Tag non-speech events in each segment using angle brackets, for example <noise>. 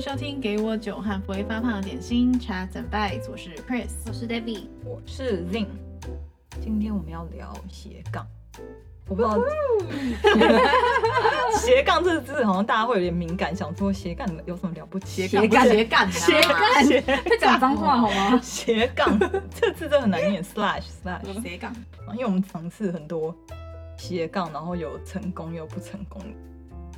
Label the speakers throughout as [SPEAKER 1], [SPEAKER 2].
[SPEAKER 1] 收听《给我酒和不会发胖的点心》Chats and Bites，我是 Chris。
[SPEAKER 2] 我是 Debbie，
[SPEAKER 3] <laughs> 我是 Zin，今天我们要聊斜杠。我不知道斜杠这个字好像大家会有点敏感，想说斜杠有什么了不起？
[SPEAKER 1] 斜杠斜杠
[SPEAKER 2] 斜杠
[SPEAKER 3] 斜
[SPEAKER 2] 会讲脏话好吗？
[SPEAKER 3] 斜杠这字真的很难念，slash slash，
[SPEAKER 1] 斜杠，
[SPEAKER 3] 因为我们尝试很多斜杠，然后有成功有不成功的。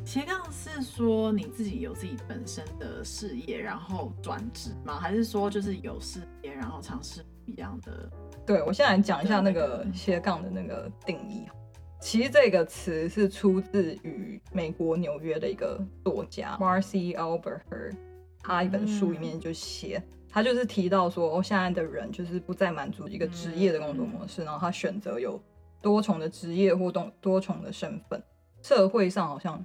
[SPEAKER 1] 斜杠是说你自己有自己本身的事业，然后转职吗？还是说就是有事业，然后尝试不一样的？
[SPEAKER 3] 对，我现在来讲一下那个
[SPEAKER 1] 对那个
[SPEAKER 3] 斜杠的那个定义。其实这个词是出自于美国纽约的一个作家
[SPEAKER 1] 嗯
[SPEAKER 3] Marcy Albert Herd，他一本书里面就写，他就是提到说，哦，现在的人就是不再满足一个职业的工
[SPEAKER 1] 嗯
[SPEAKER 3] 作模式，然后他选择有多重的职业或多多重的身份。社会上好像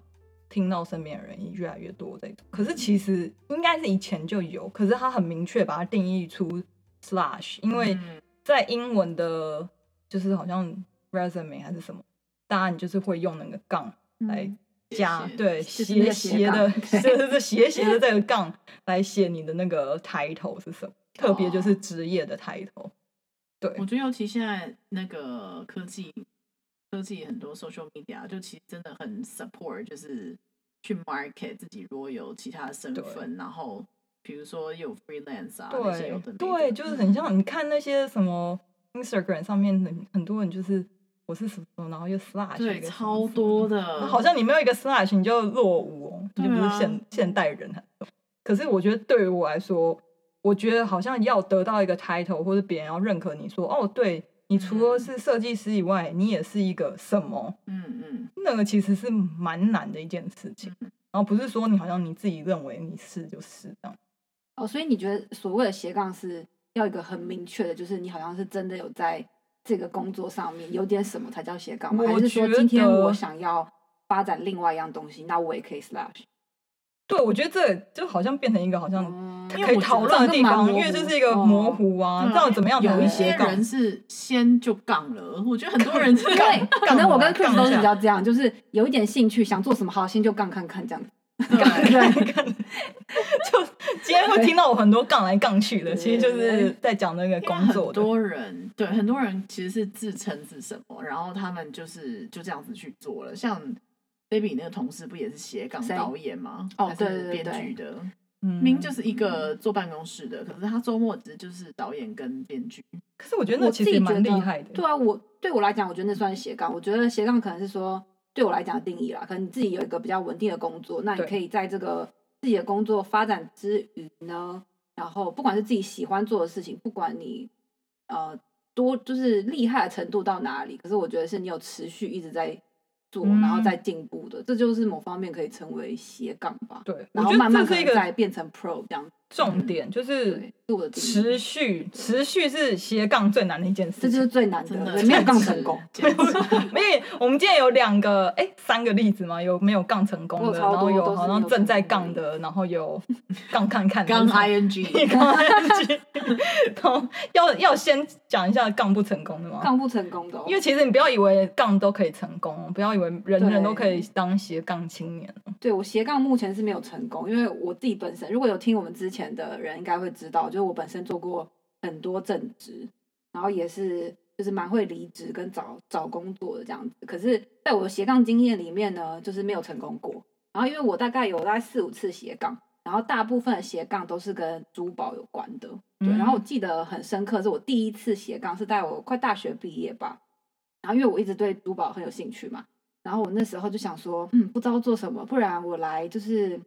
[SPEAKER 3] 听到身边的人也越来越多这个，可是
[SPEAKER 1] 嗯
[SPEAKER 3] 其实应该是以前就有，可是他很明确把它定义出 slash，因为、
[SPEAKER 1] 嗯
[SPEAKER 3] 在英文的，就是好像 resume 还是什么，当然你就是会用那个杠
[SPEAKER 2] 嗯
[SPEAKER 3] 来加，
[SPEAKER 1] 斜斜
[SPEAKER 3] 对
[SPEAKER 2] 就是那个斜
[SPEAKER 3] 斜斜
[SPEAKER 2] 杠
[SPEAKER 3] 的， <laughs> 就是这斜斜的这个杠来写你的那个 title 是什么，
[SPEAKER 1] 哦
[SPEAKER 3] 特别就是职业的 title。对
[SPEAKER 1] 我觉得尤其现在那个科技，科技很多 social media 就其实真的很 support，就是去 market 自己如果有其他的身
[SPEAKER 3] 对
[SPEAKER 1] 份，然后比如说有 freelance 啊那些有的
[SPEAKER 3] 对
[SPEAKER 1] 没的嗯
[SPEAKER 3] 对，就是很像你看那些什么 Instagram 上面很很多人就是我是什么什么，然后又 slash
[SPEAKER 1] 对
[SPEAKER 3] 一个什么
[SPEAKER 1] 超多
[SPEAKER 3] 那
[SPEAKER 1] 的，
[SPEAKER 3] 好像你没有一个 slash，你就落伍哦，你就不
[SPEAKER 1] 对
[SPEAKER 3] 是
[SPEAKER 1] 啊
[SPEAKER 3] 现、现代人。可是我觉得对于我来说，我觉得好像要得到一个 title，或者别人要认可你说，哦，对你除了
[SPEAKER 1] 嗯
[SPEAKER 3] 是设计师以外，你也是一个什么？
[SPEAKER 1] 嗯嗯
[SPEAKER 3] 那个其实是蛮难的一件事情。然后不是说你好像你自己认为你是就是这样，
[SPEAKER 2] 哦，所以你觉得所谓的斜杠是要一个很明确的，就是你好像是真的有在这个工作上面有点什么才叫斜杠吗？
[SPEAKER 3] 我
[SPEAKER 2] 还是说
[SPEAKER 3] 觉
[SPEAKER 2] 今天
[SPEAKER 3] 得
[SPEAKER 2] 我想要发展另外一样东西，那我也可以 slash？
[SPEAKER 3] 对我觉得这就好像变成一个好像
[SPEAKER 2] 嗯
[SPEAKER 1] 哦因为
[SPEAKER 3] 可以
[SPEAKER 1] 我觉
[SPEAKER 3] 讨
[SPEAKER 1] 得
[SPEAKER 3] 论的
[SPEAKER 2] 这
[SPEAKER 3] 地
[SPEAKER 2] 个蛮
[SPEAKER 3] 方，因
[SPEAKER 2] 模
[SPEAKER 3] 为
[SPEAKER 2] 糊
[SPEAKER 3] 就是一个
[SPEAKER 2] 哦
[SPEAKER 3] 模糊啊，
[SPEAKER 1] 对啊
[SPEAKER 3] 这样怎么样
[SPEAKER 1] 有
[SPEAKER 3] 才
[SPEAKER 1] 一
[SPEAKER 3] 是
[SPEAKER 1] 些
[SPEAKER 3] 斜杠
[SPEAKER 1] 人？是先就杠了，我觉得很多人是 <laughs>
[SPEAKER 2] 因为可能我
[SPEAKER 3] <laughs>
[SPEAKER 2] 跟
[SPEAKER 3] 杠啊
[SPEAKER 2] Chris
[SPEAKER 3] 杠
[SPEAKER 2] 都是
[SPEAKER 3] 下
[SPEAKER 2] 比较这样，就是有一点兴趣，想做什么好，先就杠看看这样子。
[SPEAKER 1] <laughs> 对
[SPEAKER 3] 就今天会听到我很多杠来杠去的，其实就是在讲那个
[SPEAKER 1] 因为
[SPEAKER 3] 工作
[SPEAKER 1] 很
[SPEAKER 3] 的。
[SPEAKER 1] 多人对很多人其实是自称是什么，然后他们就是就这样子去做了。像 baby 那个同事不也是斜杠
[SPEAKER 2] 谁
[SPEAKER 1] 导演吗？
[SPEAKER 2] 哦
[SPEAKER 1] 还是
[SPEAKER 2] 对对对
[SPEAKER 1] 编剧的，
[SPEAKER 3] 嗯
[SPEAKER 1] 明明就是一个坐办公室的，可是他周末只就是导演跟编剧。
[SPEAKER 3] 可是我觉得
[SPEAKER 2] 我
[SPEAKER 3] 那
[SPEAKER 2] 自
[SPEAKER 3] 其
[SPEAKER 2] 己
[SPEAKER 3] 实也
[SPEAKER 2] 觉
[SPEAKER 3] 蛮
[SPEAKER 2] 得
[SPEAKER 3] 厉害的。
[SPEAKER 2] 对啊，我对我来讲，我觉得那算是斜杠。我觉得斜杠可能是说，对我来讲的定义啦，可能你自己有一个比较稳定的工作，那你
[SPEAKER 3] 对
[SPEAKER 2] 可以在这个自己的工作发展之余呢，然后不管是自己喜欢做的事情，不管你呃多就是厉害的程度到哪里，可是我觉得是你有持续一直在做，然后
[SPEAKER 3] 嗯
[SPEAKER 2] 在进步的，这就是某方面可以成为斜杠吧。
[SPEAKER 3] 对，我
[SPEAKER 2] 然后
[SPEAKER 3] 觉
[SPEAKER 2] 慢慢
[SPEAKER 3] 得
[SPEAKER 2] 可
[SPEAKER 3] 这是一
[SPEAKER 2] 能再
[SPEAKER 3] 个
[SPEAKER 2] 变成 pro 这样，
[SPEAKER 3] 重点，就是
[SPEAKER 2] 对，是我的定义
[SPEAKER 3] 持续，持续是斜杠最难的一件
[SPEAKER 2] 这
[SPEAKER 3] 事
[SPEAKER 2] 就是
[SPEAKER 3] 情。
[SPEAKER 2] 最难
[SPEAKER 1] 真
[SPEAKER 2] 的，
[SPEAKER 1] 的
[SPEAKER 2] 没有杠
[SPEAKER 1] <laughs>
[SPEAKER 2] 成功。
[SPEAKER 1] 简
[SPEAKER 2] <laughs>
[SPEAKER 1] 直，
[SPEAKER 3] 因为我们今天有两个，哎，三个例子嘛，有没有杠成功
[SPEAKER 2] 我
[SPEAKER 3] 的，
[SPEAKER 2] 超
[SPEAKER 3] 然后
[SPEAKER 2] 多都
[SPEAKER 3] 有
[SPEAKER 2] 是
[SPEAKER 3] 好
[SPEAKER 2] 没
[SPEAKER 3] 像
[SPEAKER 2] 有
[SPEAKER 3] 正在
[SPEAKER 2] 成功
[SPEAKER 3] 杠
[SPEAKER 2] 的
[SPEAKER 3] 的，然后有杠看看的
[SPEAKER 1] 刚
[SPEAKER 3] 那种
[SPEAKER 1] <laughs> ing
[SPEAKER 3] 杠 IG <laughs> 然后要要先讲一下杠不成功的吗？
[SPEAKER 2] 杠不成功的哦、
[SPEAKER 3] 因为其实你不要以为杠都可以成功，不要以为人人都可以当斜杠青年。
[SPEAKER 2] 对我斜杠目前是没有成功，因为我自己本身如果有听我们之前的人，应该会知道，就是我本身做过很多正职，然后也是就是蛮会离职跟找找工作的这样子。可是在我的斜杠经验里面呢，就是没有成功过。然后因为我大概有大概四五次斜杠，然后大部分的斜杠都是跟珠宝有关的。对，
[SPEAKER 3] 嗯
[SPEAKER 2] 然后我记得很深刻，是我第一次斜杠是在我快大学毕业吧，然后因为我一直对珠宝很有兴趣嘛，然后我那时候就想说，嗯，不知道做什么，不然我来就是，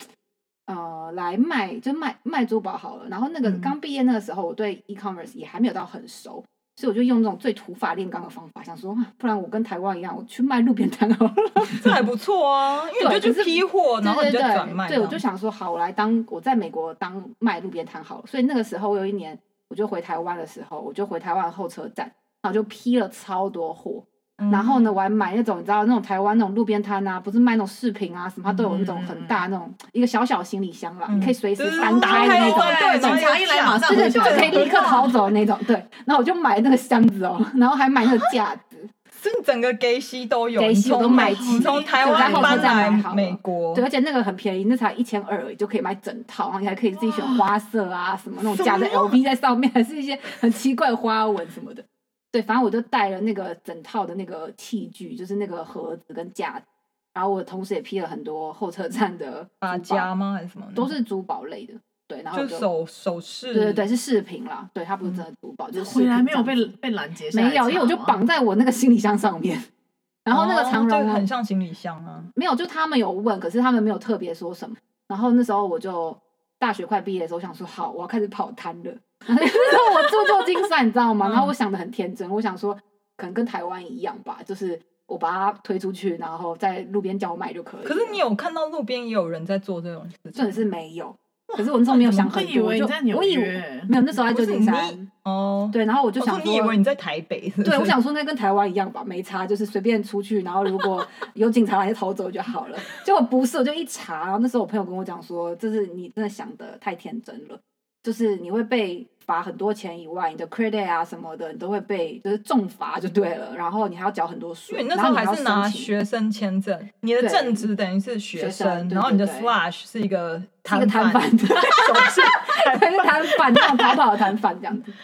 [SPEAKER 2] 呃，来卖就卖卖珠宝好了。然后那个
[SPEAKER 3] 嗯
[SPEAKER 2] 刚毕业那个时候，我对 e-commerce 也还没有到很熟，所以我就用这种最土法炼钢的方法，想说，啊不然我跟台湾一样，我去卖路边摊好了。
[SPEAKER 3] 这还不错啊，因为你就去批货，然后你就
[SPEAKER 2] 对对对
[SPEAKER 3] 转卖嘛。
[SPEAKER 2] 对，我就想说，好，我来当我在美国当卖路边摊好了。所以那个时候，我有一年我就回台湾的时候，我就回台湾候车站，然后就批了超多货。
[SPEAKER 3] 嗯
[SPEAKER 2] 然后呢，我还买那种你知道那种台湾那种路边摊啊，不是卖那种饰品啊什么，它都有那种很大那种一个小小行李箱啦，
[SPEAKER 3] 嗯
[SPEAKER 2] 你可以随
[SPEAKER 3] 就
[SPEAKER 2] 时
[SPEAKER 3] 是
[SPEAKER 2] 翻
[SPEAKER 3] 打
[SPEAKER 2] 开的
[SPEAKER 3] 开
[SPEAKER 2] 那
[SPEAKER 3] 一
[SPEAKER 2] 种。
[SPEAKER 3] 罐对啊
[SPEAKER 1] 警察一来马上
[SPEAKER 2] 对对，
[SPEAKER 1] 回去
[SPEAKER 2] 就可以立刻逃走的那种。对，然后我就买那个箱子哦，然后还买那个架子，
[SPEAKER 3] 是整个 gay 西都有，
[SPEAKER 2] gay 西
[SPEAKER 3] 你从
[SPEAKER 2] 我都买齐
[SPEAKER 3] 你从台湾
[SPEAKER 1] 整个在后
[SPEAKER 3] 搬
[SPEAKER 1] 车站
[SPEAKER 2] 买好了
[SPEAKER 3] 来美国，
[SPEAKER 2] 对，而且那个很便宜，那才一千二而已，就可以买整套，然后你还可以自己选花色啊，什么那种夹在
[SPEAKER 3] 什么
[SPEAKER 2] LV 在上面，还是一些很奇怪的花纹什么的。对，反正我就带了那个整套的那个器具，就是那个盒子跟架子，然后我同时也批了很多后车站的
[SPEAKER 3] 发
[SPEAKER 2] 珠宝
[SPEAKER 3] 夹吗还是
[SPEAKER 1] 嗯
[SPEAKER 3] 什么呢？
[SPEAKER 2] 都是珠宝类的，对，然后我
[SPEAKER 3] 就首首饰，
[SPEAKER 2] 对对对，是饰品啦，对，它不是真的珠宝，就是
[SPEAKER 1] 嗯
[SPEAKER 2] 饰
[SPEAKER 1] 回来
[SPEAKER 2] 品
[SPEAKER 1] 没有
[SPEAKER 2] 这
[SPEAKER 1] 被
[SPEAKER 2] 样子
[SPEAKER 1] 被拦截下来啊
[SPEAKER 2] 没有，因为我就
[SPEAKER 1] 查吗
[SPEAKER 2] 绑在我那个行李箱上面， <laughs> 然后那个
[SPEAKER 3] 哦
[SPEAKER 2] 长
[SPEAKER 3] 就
[SPEAKER 2] 绒、啊
[SPEAKER 3] 很像行李箱啊，
[SPEAKER 2] 没有，就他们有问，可是他们没有特别说什么。然后那时候我就大学快毕业的时候，想说好，我要开始跑摊了。 <laughs> 那时候我住旧金山，你知道吗？
[SPEAKER 3] 嗯
[SPEAKER 2] 然后我想的很天真，我想说可能跟台湾一样吧，就是我把它推出去，然后在路边叫卖就可以了。
[SPEAKER 3] 可是你有看到路边也有人在做这种事
[SPEAKER 2] 真的
[SPEAKER 3] 情，
[SPEAKER 2] 是没有，可是我那时候没有想
[SPEAKER 1] 我
[SPEAKER 2] 很
[SPEAKER 1] 以
[SPEAKER 2] 多，
[SPEAKER 1] 为
[SPEAKER 2] 就
[SPEAKER 1] 你在纽
[SPEAKER 2] 我以为
[SPEAKER 1] 约，
[SPEAKER 2] 没有，那时候在旧金
[SPEAKER 3] 不是
[SPEAKER 2] 山。
[SPEAKER 3] 哦，
[SPEAKER 2] 对，然后我就
[SPEAKER 3] 我
[SPEAKER 2] 想
[SPEAKER 3] 说
[SPEAKER 2] 说，
[SPEAKER 3] 你以为你在台北是不
[SPEAKER 2] <laughs>
[SPEAKER 3] 是？
[SPEAKER 2] 对，我想说应该跟台湾一样吧，没差，就是随便出去，然后如
[SPEAKER 3] <laughs>
[SPEAKER 2] 果有警察来就逃走就好了。结果不是，我就一查，然后那时候我朋友跟我讲说，就是你真的想的太天真了，就是你会被罚很多钱以外，你的 credit 啊什么的，你都会被就是重罚就对了，然后你还要缴很多
[SPEAKER 3] 因
[SPEAKER 2] 税，
[SPEAKER 3] 为你那
[SPEAKER 2] 然
[SPEAKER 3] 时
[SPEAKER 2] 后
[SPEAKER 3] 候
[SPEAKER 2] 你
[SPEAKER 3] 还
[SPEAKER 2] 要
[SPEAKER 3] 是拿
[SPEAKER 2] 申请
[SPEAKER 3] 学生签证，你的
[SPEAKER 2] 对
[SPEAKER 3] 正职等于是学
[SPEAKER 2] 学
[SPEAKER 3] 生，
[SPEAKER 2] 生对
[SPEAKER 3] 然后你的
[SPEAKER 2] 对对
[SPEAKER 3] slash 是一个
[SPEAKER 2] 是一个摊
[SPEAKER 3] 贩，
[SPEAKER 2] 贩，对，
[SPEAKER 3] 手 <laughs> 是摊
[SPEAKER 2] 是摊贩，
[SPEAKER 3] 贩，
[SPEAKER 2] 那种逃跑的摊贩这样子。
[SPEAKER 3] <laughs>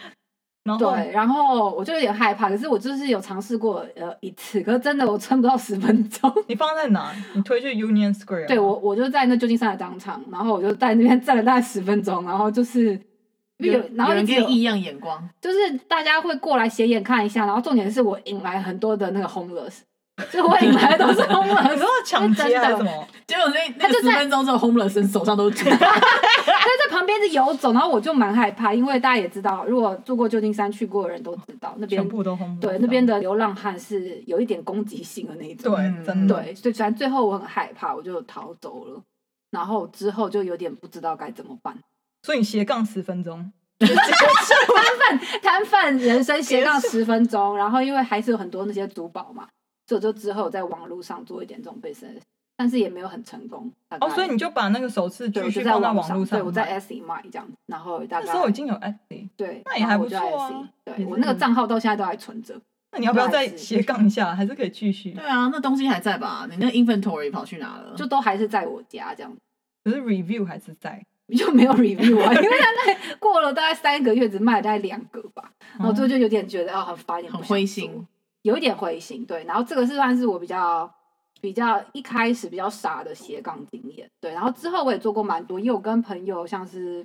[SPEAKER 3] 然后
[SPEAKER 2] 对，然后我就有点害怕，可是我就是有尝试过呃一次，可是真的我撑不到十分钟。
[SPEAKER 3] 你放在哪？你推去 Union Square？
[SPEAKER 2] 对我，我就在那旧金山的当场，然后我就在那边站了大概十分钟，然后就是因为有，然后
[SPEAKER 1] 有
[SPEAKER 2] 一
[SPEAKER 1] 人
[SPEAKER 2] 直
[SPEAKER 1] 给
[SPEAKER 2] 有
[SPEAKER 1] 你异样眼光，
[SPEAKER 2] 就是大家会过来斜眼看一下，然后重点是我引来很多的那个 homeless，就是我引来的都是
[SPEAKER 3] 你
[SPEAKER 2] homeless，
[SPEAKER 3] <laughs> 说抢劫还是什么？
[SPEAKER 1] 结果那那
[SPEAKER 2] 他就
[SPEAKER 1] 十
[SPEAKER 2] 在
[SPEAKER 1] 分钟之后，homeless 人手上都是钱，
[SPEAKER 2] 他在旁边是游走，然后我就蛮害怕，因为大家也知道，如果住过旧金山去过的人都知道那边
[SPEAKER 3] 全部都轰。
[SPEAKER 2] 对那边的流浪汉是有一点攻击性的那一种，
[SPEAKER 3] 对，
[SPEAKER 1] 嗯
[SPEAKER 3] 真的。
[SPEAKER 2] 对，所以反正最后我很害怕，我就逃走了，然后之后就有点不知道该怎么办。
[SPEAKER 3] 所以你斜杠十分钟，
[SPEAKER 2] <laughs> 摊贩人生斜杠十分
[SPEAKER 3] <laughs>
[SPEAKER 2] 钟，然后因为还是有很多那些珠宝嘛，所以我就之后在网络上做一点这种 business，但是也没有很成功。大概
[SPEAKER 3] 哦，所以你就把那个首饰
[SPEAKER 2] 对，
[SPEAKER 3] 继
[SPEAKER 2] 我
[SPEAKER 3] 续
[SPEAKER 2] 就在
[SPEAKER 3] 放到
[SPEAKER 2] 网
[SPEAKER 3] 网络
[SPEAKER 2] 对，我
[SPEAKER 3] 卖
[SPEAKER 2] 在 Etsy 卖这样，然后大概
[SPEAKER 3] 那时候已经有 Etsy，
[SPEAKER 2] 对，
[SPEAKER 3] 那也
[SPEAKER 2] 然后
[SPEAKER 3] 还不
[SPEAKER 2] 我就
[SPEAKER 3] 错啊
[SPEAKER 2] Etsy，
[SPEAKER 3] 你
[SPEAKER 2] 对
[SPEAKER 3] 是
[SPEAKER 2] 我那个账号到现在都还存着，
[SPEAKER 3] 那你要不要
[SPEAKER 2] 对
[SPEAKER 3] 再
[SPEAKER 2] 是
[SPEAKER 3] 斜杠一下？还是可以继续
[SPEAKER 1] <laughs> 对，啊，那东西还在吧？你那 inventory 跑去哪了？
[SPEAKER 2] 就都还是在我家这样。
[SPEAKER 3] 可是 review 还是在。
[SPEAKER 2] 就没有 review 啊，因为他那过了大概三个月，只卖了大概两个吧，然后最后就有点觉得啊、很烦，也不
[SPEAKER 1] 嗯很
[SPEAKER 2] 想
[SPEAKER 1] 灰
[SPEAKER 2] 做
[SPEAKER 1] 心，
[SPEAKER 2] 有一点灰心，对。然后这个是算是我比较比较一开始比较傻的斜杠经验，对。然后之后我也做过蛮多，也有跟朋友像是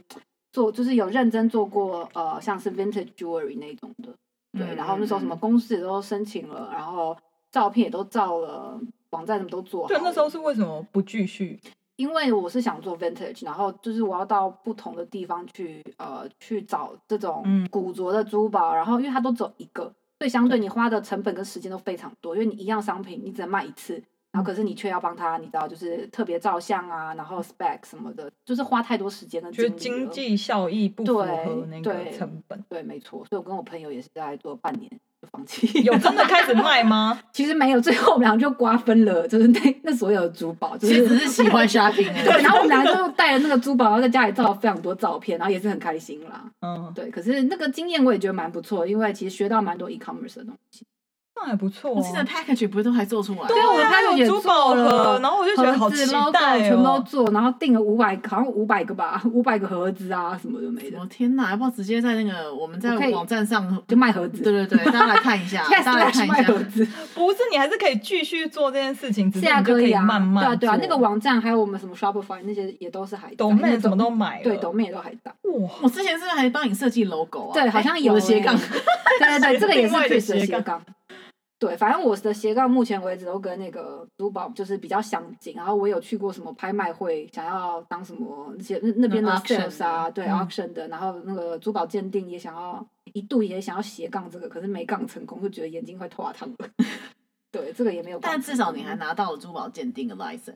[SPEAKER 2] 做，就是有认真做过呃，像是 vintage jewelry 那种的，对。
[SPEAKER 1] 嗯
[SPEAKER 2] 然后那时候什么公司也都申请了，然后照片也都照了，网站什么都做好
[SPEAKER 3] 对，
[SPEAKER 2] 了。
[SPEAKER 3] 那时候是为什么不继续？
[SPEAKER 2] 因为我是想做 vintage，然后就是我要到不同的地方去，呃，去找这种
[SPEAKER 3] 嗯
[SPEAKER 2] 古着的珠宝，然后因为它都只有一个，所以相对你花的成本跟时间都非常多，因为你一样商品你只能卖一次，
[SPEAKER 3] 嗯
[SPEAKER 2] 然后可是你却要帮它，你知道，就是特别照相啊，然后 spec 什么的，就是花太多时间跟
[SPEAKER 3] 觉得
[SPEAKER 2] 精力
[SPEAKER 3] 经
[SPEAKER 2] 了
[SPEAKER 3] 济效益不符
[SPEAKER 2] 对
[SPEAKER 3] 合那个
[SPEAKER 2] 对
[SPEAKER 3] 成本。
[SPEAKER 2] 对，没错，所以我跟我朋友也是在做半年就放弃，
[SPEAKER 3] 有真的开始卖吗？
[SPEAKER 2] <laughs> 其实没有，最后我们俩就瓜分了，就是那那所有的珠宝，就
[SPEAKER 1] 其实
[SPEAKER 2] 是
[SPEAKER 1] 只是喜欢 shopping 而
[SPEAKER 2] 对，
[SPEAKER 1] 已
[SPEAKER 2] <laughs> 然后我们俩就带了那个珠宝，然后在家里照了非常多照片，然后也是很开心啦。
[SPEAKER 3] 嗯，
[SPEAKER 2] 对，可是那个经验我也觉得蛮不错，因为其实学到蛮多 e-commerce 的东西。
[SPEAKER 3] 那还不错、
[SPEAKER 1] 我记得
[SPEAKER 3] 哦。
[SPEAKER 1] package 不是都还做出来？
[SPEAKER 2] 对啊，我们
[SPEAKER 3] 还
[SPEAKER 2] 拍的
[SPEAKER 3] 有
[SPEAKER 2] 也
[SPEAKER 3] 珠
[SPEAKER 2] 做
[SPEAKER 3] 宝盒，
[SPEAKER 2] 了，
[SPEAKER 3] 然后我就觉得好
[SPEAKER 2] 盒子
[SPEAKER 3] 期
[SPEAKER 2] logo
[SPEAKER 3] 待
[SPEAKER 2] 全部都
[SPEAKER 3] 哦。
[SPEAKER 2] 做，然后订了五百，好像五百个吧，五百个盒子啊什么都没的
[SPEAKER 1] 我，天哪，要不要直接在那个我们在
[SPEAKER 2] 我可以
[SPEAKER 1] 网站上？
[SPEAKER 2] 就卖盒
[SPEAKER 1] <laughs>
[SPEAKER 2] 子。
[SPEAKER 1] 对对对，大家来看一 <laughs> 下，
[SPEAKER 2] 现在
[SPEAKER 1] 大家来
[SPEAKER 2] slash
[SPEAKER 1] 看
[SPEAKER 2] 卖
[SPEAKER 1] 一
[SPEAKER 2] 盒
[SPEAKER 1] 下。
[SPEAKER 2] 子， <laughs>
[SPEAKER 3] 不是，你还是可以继续做这件事情，只
[SPEAKER 2] 现
[SPEAKER 3] 是你
[SPEAKER 2] 在
[SPEAKER 3] 就
[SPEAKER 2] 以啊，
[SPEAKER 3] 慢慢
[SPEAKER 2] 对啊对啊，
[SPEAKER 3] 做
[SPEAKER 2] 那个网站还有我们什么 Shopify 那些也都是还在
[SPEAKER 3] 抖妹
[SPEAKER 2] 那
[SPEAKER 3] 什么
[SPEAKER 2] 种
[SPEAKER 3] 都买了。
[SPEAKER 2] 对抖妹也都还在。
[SPEAKER 3] 哇，
[SPEAKER 1] 我之前是不是还帮你设计 logo 啊？
[SPEAKER 2] 对，好
[SPEAKER 1] 哎
[SPEAKER 2] 像有、
[SPEAKER 1] 我
[SPEAKER 2] 欸、。
[SPEAKER 1] 的斜杠
[SPEAKER 2] <laughs> 对对对，这个也
[SPEAKER 3] 另
[SPEAKER 2] 是
[SPEAKER 3] 外的
[SPEAKER 2] Chris
[SPEAKER 3] 斜
[SPEAKER 2] 的
[SPEAKER 3] 杠
[SPEAKER 2] 斜杠。对，反正我的斜杠目前为止都跟那个珠宝就是比较相近，然后我有去过什么拍卖会，想要当什么那些那那边的
[SPEAKER 1] 嗯，auction
[SPEAKER 2] sales 啊，对
[SPEAKER 3] 嗯
[SPEAKER 2] auction 的，然后那个珠宝鉴定也想要，一度也想要斜杠这个，可是没杠成功，就觉得眼睛快脱汤了。 <laughs> 对，这个也没有杠成功。
[SPEAKER 1] 但至少你还拿到了珠宝鉴定的 license，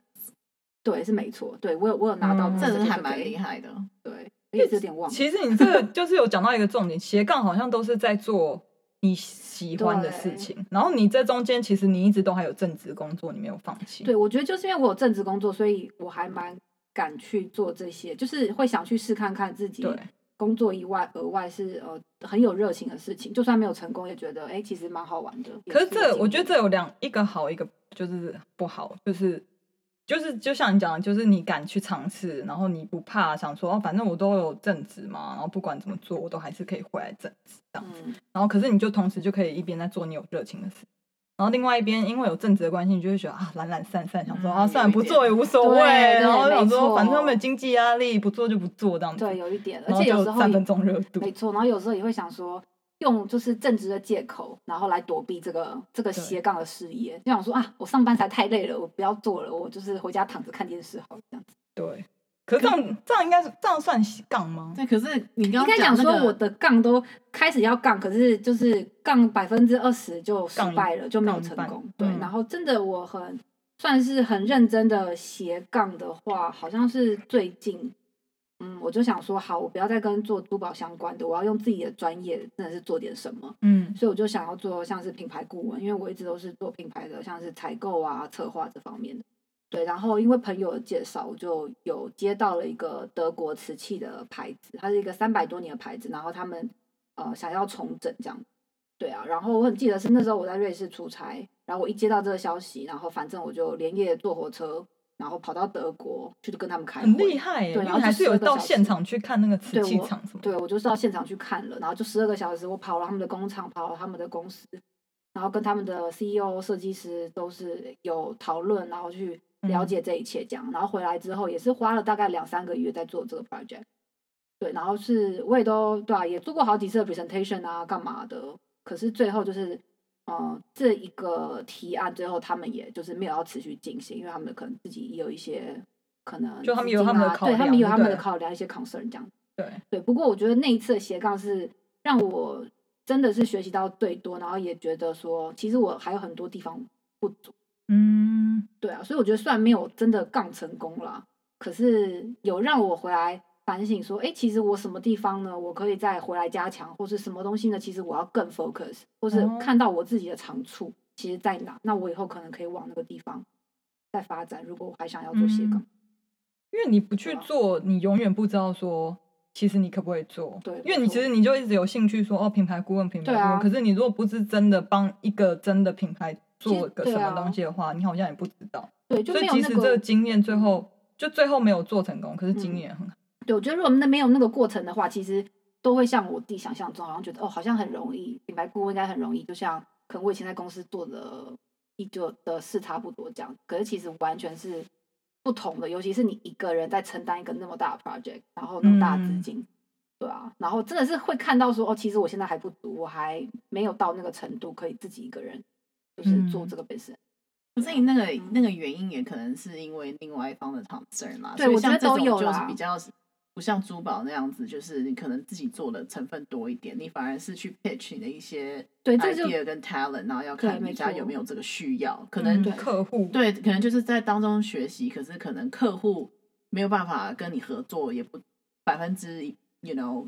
[SPEAKER 2] 对是没错，对我有我有拿到
[SPEAKER 3] 嗯
[SPEAKER 2] 个 certificate
[SPEAKER 1] 这
[SPEAKER 2] 给，
[SPEAKER 1] 人还蛮厉害的。
[SPEAKER 2] 对，我也是有点忘了。
[SPEAKER 3] 其实你
[SPEAKER 2] <laughs>
[SPEAKER 3] 这个就是有讲到一个重点，斜杠好像都是在做你喜欢的事情，然后你这中间其实你一直都还有正职工作，你没有放弃。
[SPEAKER 2] 对，我觉得就是因为我有正职工作，所以我还蛮敢去做这些，就是会想去试看看自己
[SPEAKER 3] 对
[SPEAKER 2] 工作以外额外是呃很有热情的事情，就算没有成功，也觉得哎、其实蛮好玩的。
[SPEAKER 3] 可是
[SPEAKER 2] 也有
[SPEAKER 3] 这，我
[SPEAKER 2] 经
[SPEAKER 3] 觉得
[SPEAKER 2] 历
[SPEAKER 3] 这有两一个好，一个就是不好，就是就是就像你讲的，就是你敢去尝试，然后你不怕，想说哦，反正我都有正职嘛，然后不管怎么做，我都还是可以回来正职这样。
[SPEAKER 2] 嗯
[SPEAKER 3] 然后可是你就同时就可以一边在做你有热情的事，然后另外一边因为有正职的关系，你就会觉得啊懒懒散散，想说、
[SPEAKER 1] 嗯
[SPEAKER 3] 啊算
[SPEAKER 1] 有
[SPEAKER 3] 了
[SPEAKER 1] 一
[SPEAKER 3] 不做也无所谓，
[SPEAKER 2] 对对
[SPEAKER 3] 然后想
[SPEAKER 2] 没
[SPEAKER 3] 说
[SPEAKER 2] 错
[SPEAKER 3] 反正没有经济压力，不做就不做这样子，
[SPEAKER 2] 对有一点，而
[SPEAKER 3] 然后
[SPEAKER 2] 且有
[SPEAKER 3] 就
[SPEAKER 2] 时候
[SPEAKER 3] 三
[SPEAKER 2] 也
[SPEAKER 3] 分钟热度，
[SPEAKER 2] 没错，然后有时候也会想说，用就是正直的借口，然后来躲避这个这个
[SPEAKER 3] 对
[SPEAKER 2] 斜杠的事业，就想说啊，我上班实在太累了，我不要做了，我就是回家躺着看电视好了这样子。
[SPEAKER 3] 对。可是这样这样应该是这样算杠吗？
[SPEAKER 1] 对，可是你
[SPEAKER 2] 应
[SPEAKER 1] 刚
[SPEAKER 2] 该
[SPEAKER 1] 刚
[SPEAKER 2] 讲
[SPEAKER 1] 那
[SPEAKER 2] 说
[SPEAKER 1] 个，
[SPEAKER 2] 我的杠都开始要杠，可是就是杠百分之二十就失败了，就没有成
[SPEAKER 3] 杠一半
[SPEAKER 2] 功。对，
[SPEAKER 3] 嗯
[SPEAKER 2] 然后真的我很算是很认真的斜杠的话，好像是最近。嗯，我就想说，好，我不要再跟做珠宝相关的，我要用自己的专业，真的是做点什么。
[SPEAKER 3] 嗯
[SPEAKER 2] 所以我就想要做像是品牌顾问，因为我一直都是做品牌的，像是采购啊、策划这方面的。对，然后因为朋友的介绍，我就有接到了一个德国瓷器的牌子，它是一个三百多年的牌子，然后他们呃想要重整这样。对啊，然后我很记得是那时候我在瑞士出差，然后我一接到这个消息，然后反正我就连夜坐火车，然后跑到德国去跟他们开会。
[SPEAKER 3] 很厉害耶！
[SPEAKER 2] 对
[SPEAKER 3] 你
[SPEAKER 2] 然后就
[SPEAKER 3] 还是有
[SPEAKER 2] 12个
[SPEAKER 3] 到
[SPEAKER 2] 小时
[SPEAKER 3] 现场去看那个瓷
[SPEAKER 2] 对
[SPEAKER 3] 器
[SPEAKER 2] 我
[SPEAKER 3] 厂什么的。
[SPEAKER 2] 对我就是到现场去看了，然后就十二个小时，我跑了他们的工厂，跑了他们的公司，然后跟他们的 CEO、设计师都是有讨论，然后去了
[SPEAKER 3] 嗯
[SPEAKER 2] 解这一切这样。然后回来之后也是花了大概两三个月在做这个 project。对，然后是我也都对啊，也做过好几次的 presentation 啊，干嘛的。可是最后就是，呃，这一个提案最后他们也就是没有要持续进行，因为他们可能自己也有一些可能
[SPEAKER 3] 就他们
[SPEAKER 2] 资
[SPEAKER 3] 有他
[SPEAKER 2] 金
[SPEAKER 3] 们的
[SPEAKER 2] 啊
[SPEAKER 3] 考
[SPEAKER 2] 对他们有
[SPEAKER 3] 量
[SPEAKER 2] 他们
[SPEAKER 3] 对
[SPEAKER 2] 的考量一些 concern 这样。
[SPEAKER 3] 对
[SPEAKER 2] 对，不过我觉得那一次的斜杠是让我真的是学习到最多，然后也觉得说，其实我还有很多地方不足。
[SPEAKER 3] 嗯，
[SPEAKER 2] 对啊，所以我觉得虽然没有真的杠成功啦，可是有让我回来反省说，哎，其实我什么地方呢，我可以再回来加强，或是什么东西呢？其实我要更 focus，或是
[SPEAKER 3] 哦
[SPEAKER 2] 看到我自己的长处，其实在哪，那我以后可能可以往那个地方再发展。如果我还想要做斜
[SPEAKER 3] 嗯
[SPEAKER 2] 杠，
[SPEAKER 3] 因为你不去
[SPEAKER 2] 对啊
[SPEAKER 3] 做，你永远不知道说，其实你可不可以做。
[SPEAKER 2] 对
[SPEAKER 3] 因为你
[SPEAKER 2] 没错
[SPEAKER 3] 其实你就一直有兴趣说哦，品牌顾问，品牌
[SPEAKER 2] 对
[SPEAKER 3] 顾问。
[SPEAKER 2] 啊
[SPEAKER 3] 可是你如果不是真的帮一个真的品牌
[SPEAKER 2] 其实
[SPEAKER 3] 做个
[SPEAKER 2] 对
[SPEAKER 3] 什么
[SPEAKER 2] 啊
[SPEAKER 3] 东西的话，你好像也不知道。
[SPEAKER 2] 对，就
[SPEAKER 3] 所
[SPEAKER 2] 没
[SPEAKER 3] 以
[SPEAKER 2] 有
[SPEAKER 3] 即
[SPEAKER 2] 那
[SPEAKER 3] 使这个
[SPEAKER 2] 个。
[SPEAKER 3] 经验最后就最后没有做成功，可是经
[SPEAKER 2] 嗯
[SPEAKER 3] 验很好。
[SPEAKER 2] 对，我觉得如果那没有那个过程的话，其实都会像我弟想象中，好像觉得哦，好像很容易，品牌顾问应该很容易，就像可能我以前在公司做的一就的事差不多这样。可是其实完全是不同的，尤其是你一个人在承担一个那么大的 project，然后那么大的资
[SPEAKER 3] 嗯
[SPEAKER 2] 金。对啊，然后真的是会看到说，哦，其实我现在还不足，我还没有到那个程度，可以自己一个人就是做
[SPEAKER 3] 嗯
[SPEAKER 2] 这个本身。
[SPEAKER 1] 可是你那个
[SPEAKER 2] 嗯
[SPEAKER 1] 那个原因也可能是因为另外一方的 concern 啦。所
[SPEAKER 2] 对
[SPEAKER 1] 以
[SPEAKER 2] 我觉
[SPEAKER 1] 像
[SPEAKER 2] 得
[SPEAKER 1] 这
[SPEAKER 2] 都
[SPEAKER 1] 种
[SPEAKER 2] 有
[SPEAKER 1] 就是
[SPEAKER 2] 啦
[SPEAKER 1] 比较不像珠宝那样子，就是你可能自己做的成分多一点，你反而是去 pitch 你的一些
[SPEAKER 2] 对，这就
[SPEAKER 1] idea 跟 talent，然后要
[SPEAKER 2] 对
[SPEAKER 1] 看
[SPEAKER 2] 没
[SPEAKER 1] 人家
[SPEAKER 2] 错
[SPEAKER 1] 有没有这个需要，可能
[SPEAKER 3] 嗯
[SPEAKER 2] 对
[SPEAKER 3] 客户
[SPEAKER 1] 对，可能就是在当中学习，可是可能客户没有办法跟你合作，也不百分之 you know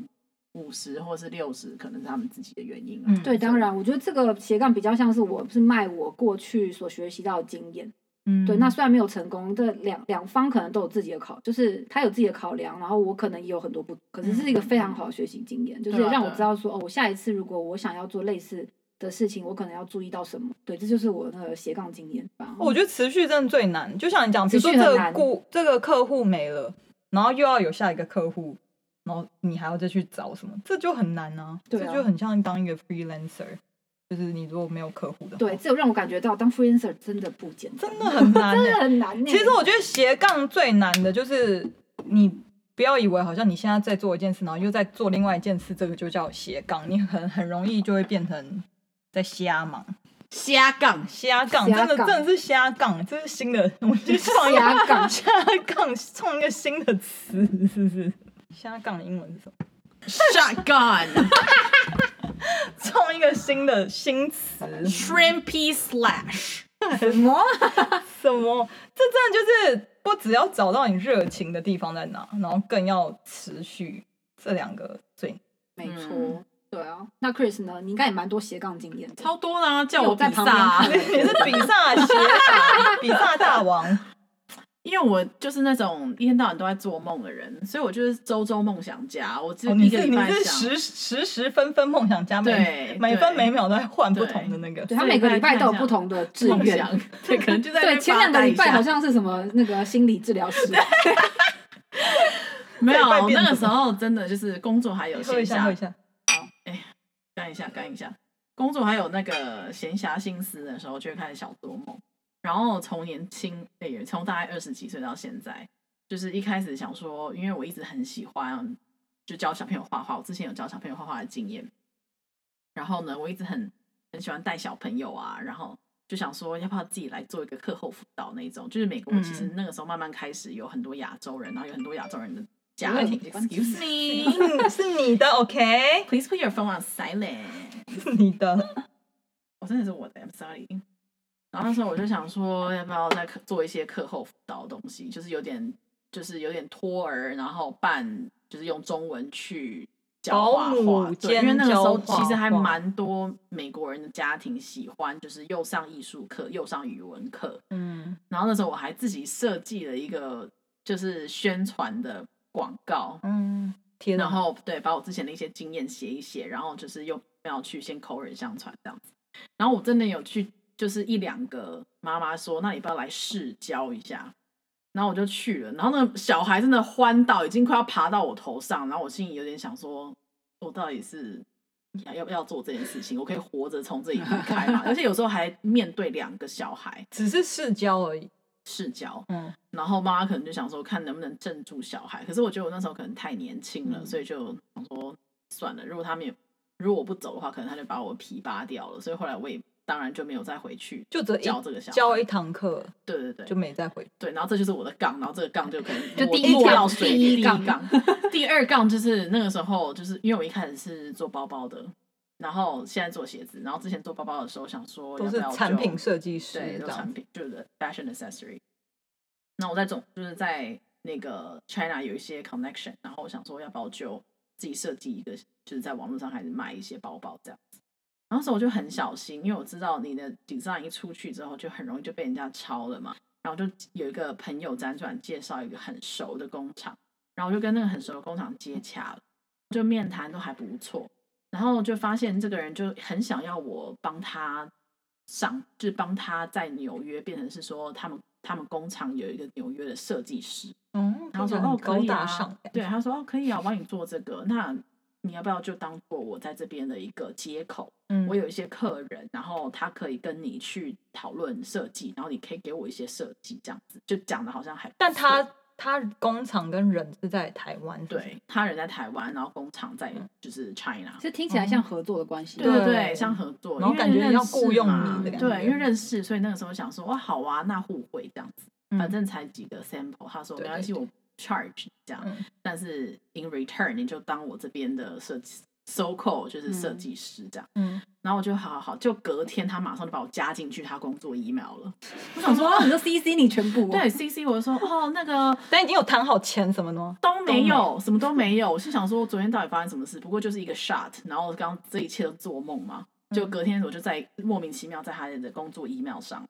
[SPEAKER 1] 五十或是六十，可能是他们自己的原因啊。
[SPEAKER 3] 嗯
[SPEAKER 2] 对，当然，我觉得这个斜杠比较像是我是卖我过去所学习到的经验。
[SPEAKER 3] 嗯
[SPEAKER 2] 对，那虽然没有成功，这两两方可能都有自己的考，就是他有自己的考量，然后我可能也有很多不足，可是是一个非常好的学习经验，就是
[SPEAKER 1] 嗯对啊
[SPEAKER 2] 让我
[SPEAKER 1] 对啊
[SPEAKER 2] 知道说，哦，我下一次如果我想要做类似的事情，我可能要注意到什么。对，这就是我那个斜杠经验吧。
[SPEAKER 1] 哦
[SPEAKER 3] 我觉得持续真的最难，就像你讲，比
[SPEAKER 2] 嗯
[SPEAKER 3] 如
[SPEAKER 2] 持
[SPEAKER 3] 说
[SPEAKER 2] 续
[SPEAKER 3] 这
[SPEAKER 2] 很
[SPEAKER 3] 个
[SPEAKER 2] 难
[SPEAKER 3] 顾这个客户没了，然后又要有下一个客户，然后你还要再去找什么，这就很难啊。
[SPEAKER 2] 对啊
[SPEAKER 3] 这就很像当一个 freelancer，就是你如果没有客户的话，
[SPEAKER 2] 对，，这有让我感觉到当 freelancer 真的不简单，
[SPEAKER 3] 真的很
[SPEAKER 2] <laughs>
[SPEAKER 3] 难、
[SPEAKER 2] 真的
[SPEAKER 3] 欸。
[SPEAKER 2] 很难、欸。
[SPEAKER 3] 其实我觉得斜杠最难的就是你不要以为好像你现在在做一件事，然后又在做另外一件事，这个就叫斜杠，你很很容易就会变成在瞎忙。
[SPEAKER 1] 瞎杠，
[SPEAKER 2] <laughs>
[SPEAKER 3] 瞎杠，真
[SPEAKER 2] 瞎
[SPEAKER 3] 的真
[SPEAKER 2] 杠
[SPEAKER 3] 的是瞎杠，这是新的，我就创一个
[SPEAKER 1] <laughs>
[SPEAKER 2] 瞎 <laughs> 杠
[SPEAKER 3] 瞎杠，创一个新的词，是不是？瞎杠的英文是什么？
[SPEAKER 1] shotgun
[SPEAKER 3] 创一个新的新词，
[SPEAKER 1] shrimpy slash。
[SPEAKER 2] 什么？
[SPEAKER 3] 什么？这真的就是不只要找到你热情的地方在哪，然后更要持续，这两个最 <laughs>
[SPEAKER 2] 没错，
[SPEAKER 1] 嗯
[SPEAKER 2] 对啊。那 Chris 呢？你应该也蛮多斜杠经验的。
[SPEAKER 1] 超多啦，叫
[SPEAKER 2] 因为
[SPEAKER 1] 我
[SPEAKER 2] 我在
[SPEAKER 1] 比
[SPEAKER 2] 旁
[SPEAKER 1] 萨啊、
[SPEAKER 2] 边看
[SPEAKER 3] 你是比萨斜塔，比萨大王，
[SPEAKER 1] 因为我就是那种一天到晚都在做梦的人，所以我就是周周梦想家，我只
[SPEAKER 3] 哦，
[SPEAKER 1] 一
[SPEAKER 3] 你
[SPEAKER 1] 个
[SPEAKER 3] 是
[SPEAKER 1] 礼
[SPEAKER 3] 你
[SPEAKER 1] 拜
[SPEAKER 3] 是
[SPEAKER 1] 想。
[SPEAKER 3] 时时时分分梦想家，每
[SPEAKER 1] 对
[SPEAKER 3] 每
[SPEAKER 1] 对
[SPEAKER 3] 分每秒都在换不
[SPEAKER 1] 对
[SPEAKER 3] 同的那个。
[SPEAKER 2] 对他每个礼拜都有不同的志
[SPEAKER 1] 梦
[SPEAKER 2] 愿。
[SPEAKER 1] 想， <laughs> 对，可能就在那
[SPEAKER 2] 对，
[SPEAKER 1] 边
[SPEAKER 2] 前两
[SPEAKER 1] 发
[SPEAKER 2] 个
[SPEAKER 1] 呆一
[SPEAKER 2] 礼拜
[SPEAKER 1] 下
[SPEAKER 2] 好像是什么那个心理治
[SPEAKER 1] <laughs>
[SPEAKER 2] 疗师，
[SPEAKER 1] 没有
[SPEAKER 3] 这一块变
[SPEAKER 1] 那个
[SPEAKER 3] 什
[SPEAKER 1] 时
[SPEAKER 3] 么
[SPEAKER 1] 候真的就是工作还有
[SPEAKER 3] 喝
[SPEAKER 1] 闲
[SPEAKER 3] 一下，喝
[SPEAKER 1] 暇
[SPEAKER 3] 一下。
[SPEAKER 1] 干一下，干一下。工作还有那个闲暇心思的时候，就会开始小做梦。然后从年轻，也从大概二十几岁到现在，就是一开始想说，因为我一直很喜欢就教小朋友画画，我之前有教小朋友画画的经验。然后呢，我一直很很喜欢带小朋友啊，然后就想说，要不要自己来做一个课后辅导那一种？就是美国其实
[SPEAKER 3] 嗯
[SPEAKER 1] 那个时候慢慢开始有很多亚洲人，然后有很多亚洲人的家
[SPEAKER 3] 有
[SPEAKER 1] 庭。
[SPEAKER 3] 点
[SPEAKER 1] Excuse me,
[SPEAKER 3] 嗯，是你 <laughs> 的，OK，
[SPEAKER 1] please put your phone on silent.
[SPEAKER 3] 是你的。
[SPEAKER 1] 我哦真的是我的，I'm sorry。然后那时候我就想说，要不要再课做一些课后辅导的东西，就是有点，就是有点托儿，然后办，就是用中文去教
[SPEAKER 3] 保
[SPEAKER 1] 画画
[SPEAKER 3] 姆。
[SPEAKER 1] 对，因为
[SPEAKER 3] 兼
[SPEAKER 1] 那个时候
[SPEAKER 3] 教画
[SPEAKER 1] 其实还
[SPEAKER 3] 画
[SPEAKER 1] 蛮多美国人的家庭喜欢，就是又上艺术课，又上语文课。
[SPEAKER 3] 嗯，
[SPEAKER 1] 然后那时候我还自己设计了一个就是宣传的广告，
[SPEAKER 3] 嗯，天
[SPEAKER 1] 然
[SPEAKER 3] 哪，
[SPEAKER 1] 后对，把我之前的一些经验写一写，然后就是又不要去先口耳相传这样子。然后我真的有去，就是一两个妈妈说，那你不要来试教一下。然后我就去了，然后呢，小孩真的欢到已经快要爬到我头上，然后我心里有点想说，我到底是要要不要做这件事情？我可以活着从这里离开嘛？而且有时候还面对两个小孩
[SPEAKER 3] 只是试教而已。
[SPEAKER 1] 试教，
[SPEAKER 3] 嗯，
[SPEAKER 1] 然后妈妈可能就想说，看能不能镇住小孩。可是我觉得我那时候可能太年轻了，
[SPEAKER 3] 嗯
[SPEAKER 1] 所以就想说算了。如果他没有，如果我不走的话，可能他就把我皮扒掉了。所以后来我也当然就没有再回去
[SPEAKER 3] 就这一
[SPEAKER 1] 教这个小孩。
[SPEAKER 3] 教一堂课
[SPEAKER 1] 对对对，
[SPEAKER 3] 就没再回去。
[SPEAKER 1] 对，然后这就是我的杠，然后这个杠就可能
[SPEAKER 2] 就
[SPEAKER 1] 落
[SPEAKER 2] 第一
[SPEAKER 1] 落
[SPEAKER 2] 杠
[SPEAKER 1] 到水
[SPEAKER 2] 第
[SPEAKER 1] 里
[SPEAKER 2] 一
[SPEAKER 1] 第一
[SPEAKER 2] 杠
[SPEAKER 1] 杠，第二杠就是那个时候，就是因为我一开始是做包包的，然后现在做鞋子，然后之前做包包的时候想说
[SPEAKER 3] 都
[SPEAKER 1] 要不
[SPEAKER 3] 是
[SPEAKER 1] 要
[SPEAKER 3] 产
[SPEAKER 1] 就
[SPEAKER 3] 品设计师
[SPEAKER 1] 对，
[SPEAKER 3] 这
[SPEAKER 1] 都
[SPEAKER 3] 样
[SPEAKER 1] 产。品就是 fashion accessory。那我在总就是在那个 China 有一些 connection，然后我想说要不要就自己设计一个，就是在网络上开始卖一些包包这样子。然后那时候我就很小心，因为我知道你的 design 一出去之后，就很容易就被人家抄了嘛。然后就有一个朋友辗转介绍一个很熟的工厂，然后我就跟那个很熟的工厂接洽了，就面谈都还不错。然后就发现这个人就很想要我帮他上，就是帮他在纽约变成是说他们他们工厂有一个纽约的设计师，
[SPEAKER 3] 嗯，
[SPEAKER 1] 然后说
[SPEAKER 3] 听起来
[SPEAKER 1] 哦
[SPEAKER 3] 很
[SPEAKER 1] 可
[SPEAKER 3] 高
[SPEAKER 1] 以
[SPEAKER 3] 大
[SPEAKER 1] 啊
[SPEAKER 3] 上，，欸
[SPEAKER 1] 对，他说哦可以啊，我帮你做这个，那你要不要就当做我在这边的一个接口？
[SPEAKER 3] 嗯
[SPEAKER 1] 我有一些客人，然后他可以跟你去讨论设计，然后你可以给我一些设计，这样子就讲的好像还不
[SPEAKER 3] 但
[SPEAKER 1] 错
[SPEAKER 3] 他他工厂跟人是在台湾，是不是，
[SPEAKER 1] 对他人在台湾，然后工厂在
[SPEAKER 3] 嗯
[SPEAKER 1] 就是 China，
[SPEAKER 2] 这听起来像合作的关系。
[SPEAKER 1] 哦对对对，
[SPEAKER 3] 对
[SPEAKER 1] 像合作，
[SPEAKER 3] 然后
[SPEAKER 1] 因为
[SPEAKER 3] 感觉
[SPEAKER 1] 认
[SPEAKER 3] 要
[SPEAKER 1] 识
[SPEAKER 3] 雇佣
[SPEAKER 1] 嘛
[SPEAKER 2] 你的感
[SPEAKER 1] 对，
[SPEAKER 3] 觉
[SPEAKER 1] 因为认识，所以那个时候想说，哇，好啊，那互惠这样子，
[SPEAKER 3] 嗯
[SPEAKER 1] 反正才几个 sample，他说
[SPEAKER 3] 对
[SPEAKER 1] 没
[SPEAKER 3] 对
[SPEAKER 1] 关系，
[SPEAKER 3] 对
[SPEAKER 1] 我 charge 你这样
[SPEAKER 3] 嗯，
[SPEAKER 1] 但是 in return 你就当我这边的设计 so c o 就是设
[SPEAKER 2] 嗯
[SPEAKER 1] 计师这样。
[SPEAKER 3] 嗯，
[SPEAKER 1] 然后我就好好好，就隔天他马上就把我加进去他工作 email 了。
[SPEAKER 2] 我想
[SPEAKER 3] <laughs>
[SPEAKER 2] 说，你说 CC 你全部哦
[SPEAKER 1] 对，CC 我就说哦，那个
[SPEAKER 3] 但已经有谈好钱什么的吗？
[SPEAKER 1] 都没
[SPEAKER 3] 没
[SPEAKER 1] 有，什么都没有。我是想说，昨天到底发生什么事？不过就是一个 shot，然后刚这一切都做梦嘛。
[SPEAKER 3] 嗯
[SPEAKER 1] 就隔天我就在莫名其妙在他的工作 email 上，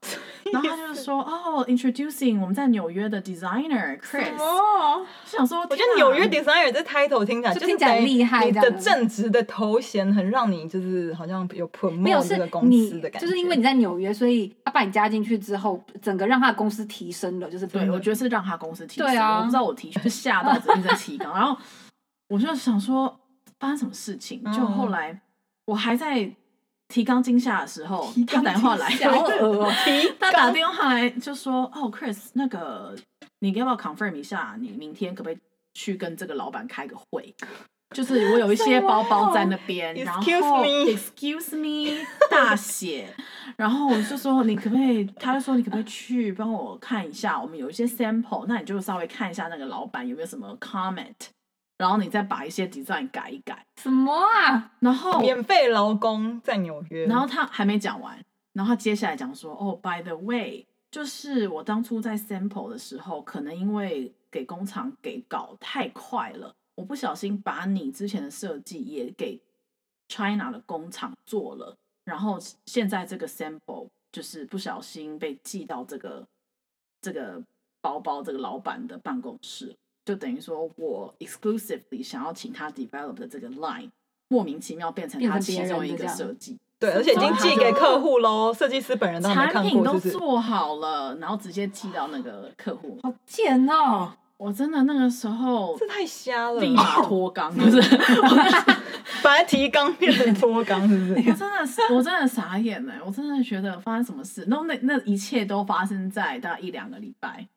[SPEAKER 1] 然后他就说：“哦，introducing 我们在纽约的 designer Chris。
[SPEAKER 3] 哦，”
[SPEAKER 1] 想说，
[SPEAKER 3] 我觉
[SPEAKER 1] 天哪
[SPEAKER 3] 得纽约 designer 这 title 听起来
[SPEAKER 2] 就是听起来
[SPEAKER 3] 得
[SPEAKER 2] 厉害
[SPEAKER 3] 你
[SPEAKER 2] 这
[SPEAKER 3] 的
[SPEAKER 2] 样
[SPEAKER 3] 正职的头衔很让你就是好像有 promote
[SPEAKER 2] 没有是
[SPEAKER 3] 这个公司
[SPEAKER 2] 你
[SPEAKER 3] 的，感觉，
[SPEAKER 2] 就是因为你在纽约，所以他把你加进去之后，整个让他的公司提升了，就是
[SPEAKER 1] 对，我觉得是让他公司提升，
[SPEAKER 2] 对啊
[SPEAKER 1] 我不知道我提就吓到直接在提
[SPEAKER 3] <laughs>
[SPEAKER 1] 纲，然后我就想说发生什么事情，
[SPEAKER 3] 嗯
[SPEAKER 1] 就后来我还在提纲惊吓的时候，他
[SPEAKER 3] 纲
[SPEAKER 1] 打电话来，<laughs>
[SPEAKER 3] 惊吓
[SPEAKER 1] 然
[SPEAKER 2] 好
[SPEAKER 1] 后
[SPEAKER 2] 恶哦
[SPEAKER 3] 呃提
[SPEAKER 1] 他打
[SPEAKER 3] 纲
[SPEAKER 1] 电话来就说：“哦，Chris，那个你要不要 confirm 一下，你明天可不可以去跟这个老板开个会？就是我有一些包包在那
[SPEAKER 3] <laughs>
[SPEAKER 1] 边，然后
[SPEAKER 3] Excuse me
[SPEAKER 1] excuse me 大写， <laughs> 然后我就说你可不可以？他就说你可不可以去帮我看一下，我们有一些 sample，那你就稍微看一下那个老板有没有什么 comment，然后你再把一些 design 改一改。
[SPEAKER 2] 什么啊？
[SPEAKER 1] 然后
[SPEAKER 3] 免费劳工在纽约，
[SPEAKER 1] 哦然后他还没讲完，然后他接下来讲说：“哦，by the way，就是我当初在 sample 的时候，可能因为给工厂给搞太快了，我不小心把你之前的设计也给 China 的工厂做了，然后现在这个 sample 就是不小心被寄到这个这个包包这个老板的办公室，就等于说我 exclusively 想要请他 develop 的这个 line，莫名其妙变成
[SPEAKER 2] 变
[SPEAKER 1] 他
[SPEAKER 2] 成别
[SPEAKER 1] 其
[SPEAKER 2] 人
[SPEAKER 1] 中
[SPEAKER 2] 的
[SPEAKER 1] 一
[SPEAKER 2] 这
[SPEAKER 1] 个
[SPEAKER 2] 样
[SPEAKER 1] 设计，
[SPEAKER 3] 对，而且已经寄给客户喽，设计师本人都还没
[SPEAKER 1] 产
[SPEAKER 3] 看
[SPEAKER 1] 品
[SPEAKER 3] 过，
[SPEAKER 1] 都
[SPEAKER 3] 就是
[SPEAKER 1] 做好了，然后直接寄到那个客户。
[SPEAKER 2] 好贱哦！
[SPEAKER 1] 我真的那个时候
[SPEAKER 3] 这太瞎了。
[SPEAKER 1] 立马脱纲，就是我
[SPEAKER 3] <laughs> 本来提纲变成脱纲，
[SPEAKER 1] <laughs>
[SPEAKER 3] 是不是？
[SPEAKER 1] 真的是我真的傻眼了，我真的觉得发生什么事，然后那那一切都发生在大概一两个礼拜。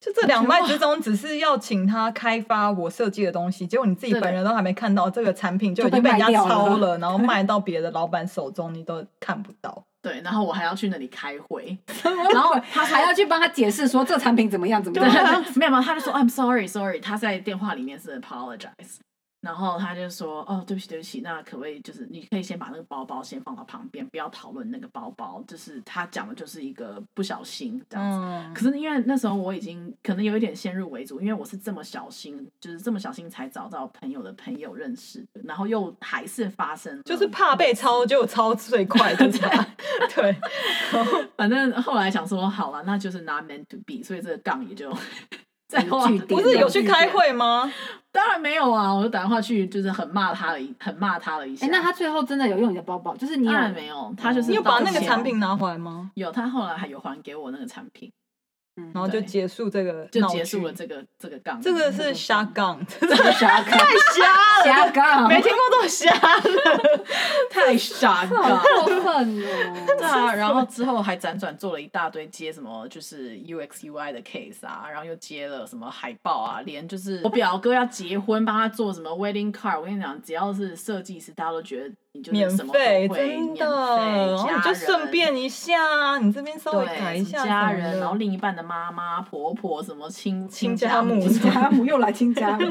[SPEAKER 3] 就这两脉之中，只是要请他开发我设计的东西，结果你自己
[SPEAKER 1] 对
[SPEAKER 3] 本人都还没看到这个产品，就已经被人家抄了，
[SPEAKER 1] <laughs>
[SPEAKER 3] 然后卖到别的老板手中，你都看不到。
[SPEAKER 1] 对，然后我还要去那里开会，
[SPEAKER 3] <laughs>
[SPEAKER 2] 然 <laughs> 后他还要去帮他解释说这产品怎么样怎么
[SPEAKER 1] 对，
[SPEAKER 2] 样。
[SPEAKER 3] 啊
[SPEAKER 1] 没有没有，他就说 I'm sorry sorry，他在电话里面是 apologize，然后他就说哦对不起对不起，那可不可以就是你可以先把那个包包先放到旁边，不要讨论那个包包，就是他讲的就是一个不小心这样子。
[SPEAKER 3] 嗯
[SPEAKER 1] 可，是因为那时候我已经可能有一点先入为主，因为我是这么小心，就是这么小心才找到朋友的朋友认识的，然后又还是发生了，
[SPEAKER 3] 就是怕被抄，就抄最
[SPEAKER 1] <laughs>
[SPEAKER 3] 快，就是他。对，
[SPEAKER 1] 反正后来想说好了，那就是 not meant to be，所以这个杠也
[SPEAKER 3] <laughs>
[SPEAKER 1] 就在
[SPEAKER 2] 很
[SPEAKER 1] 画
[SPEAKER 2] 具体
[SPEAKER 3] 不是有去开会吗？
[SPEAKER 1] 当然没有啊，我就打电话去，就是很骂他了一，很骂他了一下。
[SPEAKER 2] <laughs> 哎、那他最后真的有用你的包包？就是你有
[SPEAKER 1] 当然没有，他就是
[SPEAKER 3] 哦你有把
[SPEAKER 1] 道
[SPEAKER 3] 那个
[SPEAKER 1] 歉
[SPEAKER 3] 产品拿回来吗？
[SPEAKER 1] 有，他后来还有还给我那个产品，
[SPEAKER 2] 嗯
[SPEAKER 3] 然后就结束这个，
[SPEAKER 1] 就结束了。这个这个杠。嗯
[SPEAKER 3] 这个是瞎 <laughs> 杠，真的
[SPEAKER 2] 这个瞎杠，
[SPEAKER 3] 瞎了，
[SPEAKER 2] 瞎杠，
[SPEAKER 3] 没听过这么瞎的。
[SPEAKER 1] <laughs> 太傻
[SPEAKER 2] 这好
[SPEAKER 3] <laughs>
[SPEAKER 1] 了。
[SPEAKER 2] 过
[SPEAKER 1] <laughs>
[SPEAKER 2] 分
[SPEAKER 1] 对
[SPEAKER 2] 哦！
[SPEAKER 1] 啊，然后之后还辗转做了一大堆接什么就是 UX UI 的 case 啊，然后又接了什么海报啊，连就是我表哥要结婚，帮他做什么 wedding card，我跟你讲，只要是设计师，大家都觉得你就是
[SPEAKER 3] 免
[SPEAKER 1] 什么都
[SPEAKER 3] 费，
[SPEAKER 1] 会，
[SPEAKER 3] 真
[SPEAKER 1] 免费
[SPEAKER 3] 的，然后你
[SPEAKER 1] 家
[SPEAKER 3] 就
[SPEAKER 1] 人
[SPEAKER 3] 顺便一下，你这边稍微
[SPEAKER 1] 对，
[SPEAKER 3] 改一
[SPEAKER 1] 什么
[SPEAKER 3] 下
[SPEAKER 1] 家
[SPEAKER 3] 什么
[SPEAKER 1] 人，
[SPEAKER 3] 的
[SPEAKER 1] 然后另一半的妈妈、婆婆，什么亲
[SPEAKER 3] 亲家
[SPEAKER 1] 家
[SPEAKER 3] 母
[SPEAKER 1] 什么
[SPEAKER 2] <laughs> 家母又来亲家母，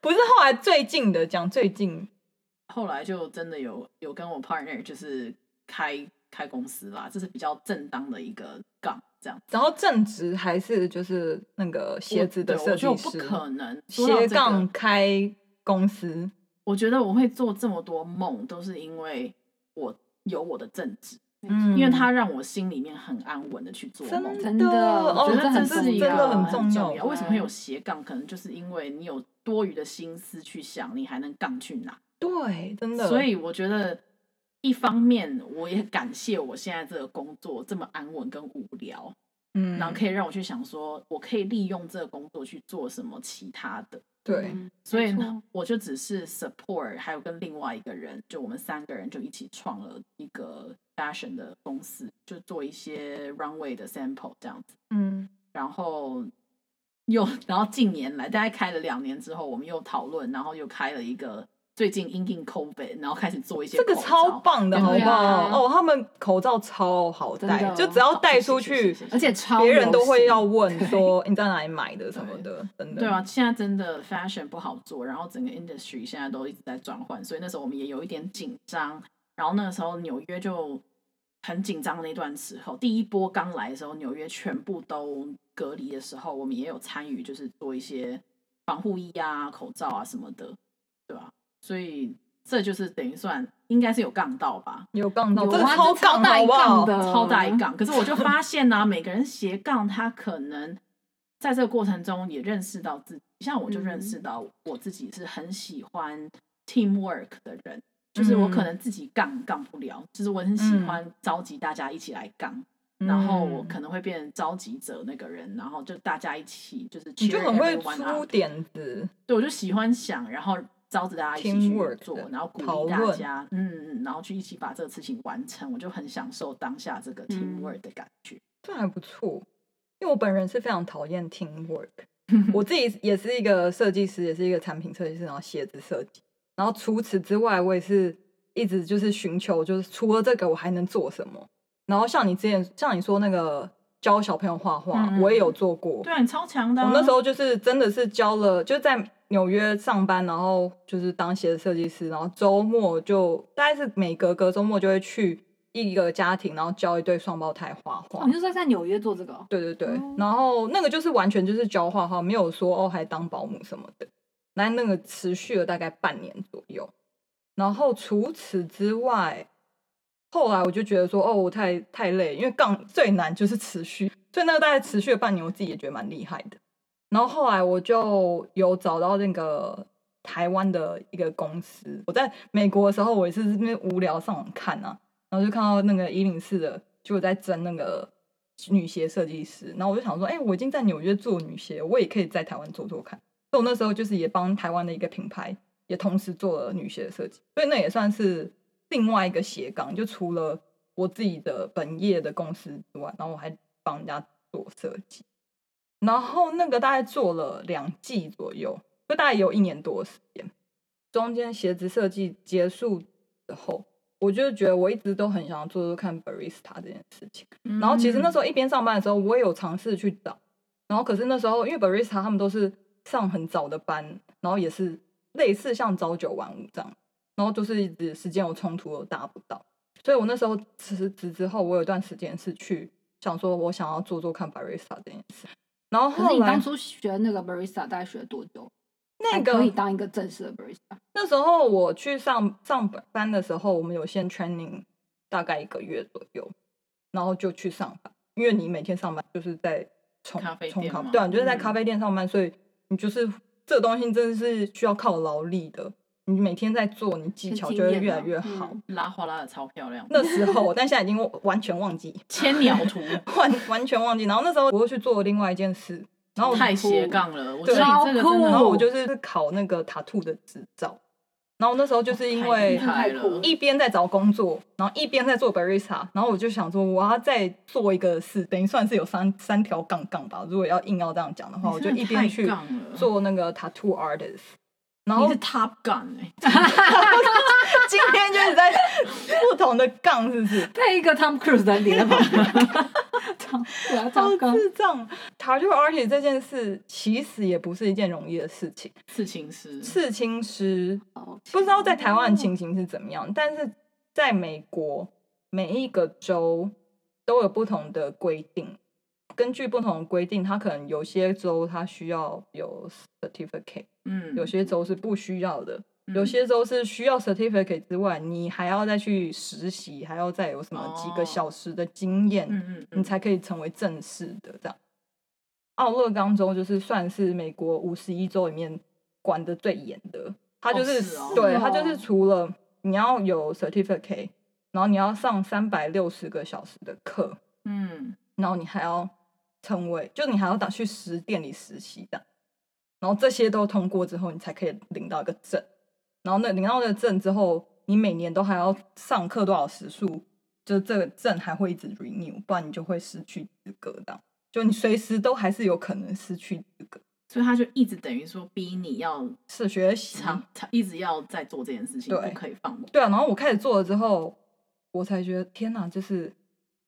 [SPEAKER 3] 不是后来最近的讲最近，
[SPEAKER 1] <laughs> 后来就真的有有跟我 partner 就是开开公司啦，这是比较正当的一个杠，这样
[SPEAKER 3] 然后正职还是就是那个鞋子的
[SPEAKER 1] 我
[SPEAKER 3] 设
[SPEAKER 1] 对
[SPEAKER 3] 计
[SPEAKER 1] 我觉得我不
[SPEAKER 3] 师，
[SPEAKER 1] 可能说到
[SPEAKER 3] 斜
[SPEAKER 1] 这
[SPEAKER 3] 杠
[SPEAKER 1] 个，
[SPEAKER 3] 开公司，
[SPEAKER 1] 我觉得我会做这么多梦，都是因为我有我的正职，
[SPEAKER 3] 嗯，
[SPEAKER 1] 因为它让我心里面很安稳的去做梦。
[SPEAKER 2] 真
[SPEAKER 3] 真
[SPEAKER 2] 的
[SPEAKER 3] 哦
[SPEAKER 1] 我觉
[SPEAKER 2] 这
[SPEAKER 1] 得
[SPEAKER 2] 很
[SPEAKER 1] 这是一
[SPEAKER 2] 重
[SPEAKER 1] 个
[SPEAKER 3] 真的很
[SPEAKER 1] 重
[SPEAKER 3] 要，啊
[SPEAKER 2] 要
[SPEAKER 1] 为什么会有斜杠？可能就是因为你有多余的心思去想，你还能杠去哪？
[SPEAKER 3] 对，真的，
[SPEAKER 1] 所以我觉得，一方面我也感谢我现在这个工作这么安稳跟无聊，
[SPEAKER 3] 嗯，
[SPEAKER 1] 然后可以让我去想说，我可以利用这个工作去做什么其他的。
[SPEAKER 3] 对，
[SPEAKER 2] 嗯
[SPEAKER 1] 所以
[SPEAKER 2] 没
[SPEAKER 1] 呢
[SPEAKER 2] 错，
[SPEAKER 1] 我就只是 support，还有跟另外一个人，就我们三个人就一起创了一个 fashion 的公司，就做一些 runway 的 sample 这样子。
[SPEAKER 3] 嗯，
[SPEAKER 1] 然后又然后近年来，大概开了两年之后，我们又讨论，然后又开了一个最近因应 COVID，然后开始做一些
[SPEAKER 3] 这个
[SPEAKER 1] 口
[SPEAKER 3] 超
[SPEAKER 1] 罩
[SPEAKER 3] 棒的，
[SPEAKER 1] 对
[SPEAKER 3] 好不
[SPEAKER 2] 对啊
[SPEAKER 3] 好？哦，他们口罩超好
[SPEAKER 2] 真
[SPEAKER 3] 戴，
[SPEAKER 2] 的
[SPEAKER 3] 就只要
[SPEAKER 1] 好
[SPEAKER 3] 带
[SPEAKER 1] 谢
[SPEAKER 3] 出
[SPEAKER 1] 谢谢
[SPEAKER 3] 去，
[SPEAKER 1] 谢谢
[SPEAKER 2] 而
[SPEAKER 3] <laughs>
[SPEAKER 2] 且超
[SPEAKER 3] 别人都会要
[SPEAKER 2] 流
[SPEAKER 3] 问
[SPEAKER 2] 对
[SPEAKER 3] 说你在哪里买的什么的，真的，
[SPEAKER 1] 对啊，现在真的 fashion 不好做，然后整个 industry 现在都一直在转换，所以那时候我们也有一点紧张。然后那个时候纽约就很紧张的那段时候，第一波刚来的时候，纽约全部都隔离的时候，我们也有参与，就是做一些防护衣啊、口罩啊什么的，对吧、所以这就是等于算应该是有杠到吧，
[SPEAKER 3] 有杠到，
[SPEAKER 2] 行
[SPEAKER 3] 这个
[SPEAKER 2] 有啊
[SPEAKER 3] 超
[SPEAKER 2] 这超
[SPEAKER 3] 杠
[SPEAKER 2] 大
[SPEAKER 3] 好
[SPEAKER 2] 一
[SPEAKER 3] 不
[SPEAKER 2] 杠
[SPEAKER 3] 好？
[SPEAKER 2] 的，
[SPEAKER 1] 超大
[SPEAKER 3] 嗯
[SPEAKER 1] 一。杠。可是我就发现呢、每个人斜杠，他可能在这个过程中也认识到自己，像我就认识
[SPEAKER 3] 嗯
[SPEAKER 1] 到我自己是很喜欢 teamwork 的人，就是我可
[SPEAKER 3] 嗯
[SPEAKER 1] 能自己杠杠不了，就是我很喜欢召集大家一起来杠，然后我
[SPEAKER 3] 嗯
[SPEAKER 1] 可能会变成召集者那个人，然后就大家一起就是
[SPEAKER 3] 你就
[SPEAKER 1] cheer
[SPEAKER 3] 很会
[SPEAKER 1] everyone
[SPEAKER 3] 出
[SPEAKER 1] up
[SPEAKER 3] 点子，
[SPEAKER 1] 对，我就喜欢想，然后招着大家一起去
[SPEAKER 3] Teamwork
[SPEAKER 1] 做
[SPEAKER 3] 的，
[SPEAKER 1] 然后鼓
[SPEAKER 3] 讨
[SPEAKER 1] 励大
[SPEAKER 3] 论
[SPEAKER 1] 家，嗯，嗯，然后去一起把这个事情完成，我就很享受当下这个
[SPEAKER 2] 嗯
[SPEAKER 1] teamwork 的感觉。
[SPEAKER 3] 这还不错。因为我本人是非常讨厌
[SPEAKER 1] <laughs>
[SPEAKER 3] teamwork，我自己也是一个设计师，也是一个产品设计师，然后鞋子设计。然后除此之外，我也是一直就是寻求，就是除了这个我还能做什么。然后像你之前像你说那个教小朋友画画，
[SPEAKER 1] 嗯
[SPEAKER 3] 我也有做过，
[SPEAKER 1] 对啊，你超强的、啊。
[SPEAKER 3] 我那时候就是真的是教了，就在纽约上班，然后就是当鞋子设计师，然后周末就大概是每隔隔周末就会去一个家庭，然后教一对双胞胎画画
[SPEAKER 2] 哦，你。就说在纽约做这个哦，
[SPEAKER 3] 对对对，
[SPEAKER 2] 哦
[SPEAKER 3] 然后那个就是完全就是教画画，没有说哦还当保姆什么的。那那个持续了大概半年左右，然后除此之外，后来我就觉得说，哦，我太太累，因为杠最难就是持续，所以那个大概持续了半年，我自己也觉得蛮厉害的。然后后来我就有找到那个台湾的一个公司，我在美国的时候，我也是那边无聊上网看啊，然后就看到那个一零四的，就有在争那个女鞋设计师，然后我就想说，哎、我已经在纽约做女鞋，我也可以在台湾做做看。所以我那时候就是也帮台湾的一个品牌，也同时做了女鞋的设计，所以那也算是另外一个斜杠，就除了我自己的本业的公司之外，然后我还帮人家做设计。然后那个大概做了两季左右，就大概有一年多的时间。中间鞋子设计结束之后，我就觉得我一直都很想要做做看 barista 这件事情。
[SPEAKER 1] 嗯
[SPEAKER 3] 然后其
[SPEAKER 2] 嗯
[SPEAKER 3] 实那时候一边上班的时候，我也有尝试去找，然后可是那时候因为 barista 他们都是上很早的班，然后也是类似像朝九晚五这样，然后就是一直时间有冲突，我达不到。所以我那时候辞职之后，我有一段时间是去想说，我想要做做看 barista 这件事。然后
[SPEAKER 2] 可是
[SPEAKER 3] 后
[SPEAKER 2] 你
[SPEAKER 3] 来
[SPEAKER 2] 当初学那个 barista 大概学了多久？
[SPEAKER 3] 那
[SPEAKER 2] 才
[SPEAKER 3] 个
[SPEAKER 2] 可以当一个正式的 barista，
[SPEAKER 3] 那时候我去上上班的时候，我们有先 training 大概一个月左右，然后就去上班，因为你每天上班就是在冲
[SPEAKER 1] 咖啡
[SPEAKER 3] 冲
[SPEAKER 1] 店
[SPEAKER 3] 咖
[SPEAKER 1] 吗
[SPEAKER 3] 对啊，你就是在
[SPEAKER 1] 嗯
[SPEAKER 3] 咖啡店上班，所以你就是这东西真的是需要靠劳力的，你每天在做，你技
[SPEAKER 2] 是
[SPEAKER 3] 巧
[SPEAKER 2] 经
[SPEAKER 3] 就会
[SPEAKER 2] 验
[SPEAKER 3] 越来
[SPEAKER 2] 啊
[SPEAKER 3] 越好。
[SPEAKER 2] 嗯
[SPEAKER 1] 拉花拉的超漂亮，
[SPEAKER 3] 那时候，但现在已经完全忘记，
[SPEAKER 1] 千鸟
[SPEAKER 3] <laughs>
[SPEAKER 1] 图
[SPEAKER 3] 完完全忘记。然后那时候我又去做另外一件事，然后我
[SPEAKER 1] 太斜杠了，我觉
[SPEAKER 3] 对
[SPEAKER 1] 得你这个真的，
[SPEAKER 3] 然后我就是考那个塔兔的执照，然后那时候就是因为
[SPEAKER 1] 哦太厉害
[SPEAKER 2] 太酷
[SPEAKER 1] 了
[SPEAKER 2] 了，
[SPEAKER 3] 一边在找工作，然后一边在做 barista，然后我就想说，我要再做一个事，等于算是有三三条杠杠吧。如果要硬要这样讲的话，哦我就一边去做那个 tattoo artist，然后
[SPEAKER 1] 你是 Top Gun 哎、
[SPEAKER 3] 今天就是在不同的杠，是不是？
[SPEAKER 2] 配一个 Tom Cruise 的脸吧。Tom- 对啊
[SPEAKER 3] 超
[SPEAKER 2] ，Tom Cruise
[SPEAKER 3] 智障！tattoo artist 这件事其实也不是一件容易的事情，
[SPEAKER 1] 刺青师，
[SPEAKER 3] 刺青师
[SPEAKER 2] 好哦
[SPEAKER 3] 不知道在台湾
[SPEAKER 1] 哦
[SPEAKER 3] 的情形是怎么样，但是在美国每一个州都有不同的规定，根据不同的规定，它可能有些州它需要有 certificate，
[SPEAKER 1] 嗯，
[SPEAKER 3] 有些州是不需要的，
[SPEAKER 1] 嗯
[SPEAKER 3] 有些州是需要 certificate 之外，你还要再去实习，还要再有什么几个
[SPEAKER 1] 哦
[SPEAKER 3] 小时的经验，
[SPEAKER 1] 嗯嗯
[SPEAKER 3] 你
[SPEAKER 1] 嗯，
[SPEAKER 3] 才可以成为正式的这样。奥勒冈州就是算是美国五十一州里面管的最严的，它就
[SPEAKER 1] 哦
[SPEAKER 3] 是,、
[SPEAKER 1] 是哦
[SPEAKER 3] 对
[SPEAKER 2] 是
[SPEAKER 3] 它就是
[SPEAKER 2] 哦
[SPEAKER 3] 除了你要有 certificate，然后你要上三百六十个小时的课，
[SPEAKER 1] 嗯，
[SPEAKER 3] 然后你还要成为，就你还要打去实店里实习的，然后这些都通过之后，你才可以领到一个证。然后那领到那个证之后，你每年都还要上课多少时数，就这个证还会一直 renew，不然你就会失去资格的。就你随时都还是有可能失去资格，
[SPEAKER 1] 所以他就一直等于说逼你要
[SPEAKER 3] 是学习。
[SPEAKER 2] 啊
[SPEAKER 1] 长，长一直要在做这件事情，
[SPEAKER 3] 嗯对
[SPEAKER 1] 不可以放过。
[SPEAKER 3] 对啊，然后我开始做了之后，我才觉得天哪，就是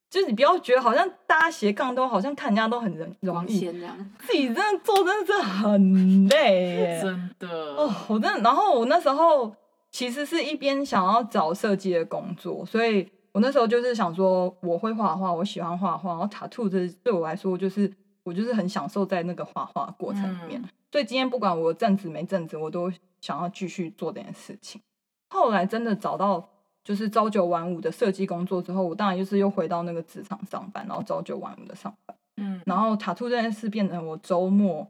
[SPEAKER 3] 就是你不要觉得好像大家斜杠都好像看人家都很容容
[SPEAKER 2] 光
[SPEAKER 3] 易，
[SPEAKER 2] 鲜这样，
[SPEAKER 3] 自己真的做真的是很累耶。
[SPEAKER 1] 真的
[SPEAKER 3] 哦，我真的，然后我那时候其实是一边想要找设计的工作，所以我那时候就是想说，我会画画，我喜欢画画，然后塔兔这对我来说就是我就是很享受在那个画画过程里面，
[SPEAKER 1] 嗯
[SPEAKER 3] 所以今天不管我正职没正职，我都想要继续做这件事情。后来真的找到就是朝九晚五的设计工作之后，我当然就是又回到那个职场上班，然后朝九晚五的上班。
[SPEAKER 1] 嗯，
[SPEAKER 3] 然后塔兔这件事变成我周末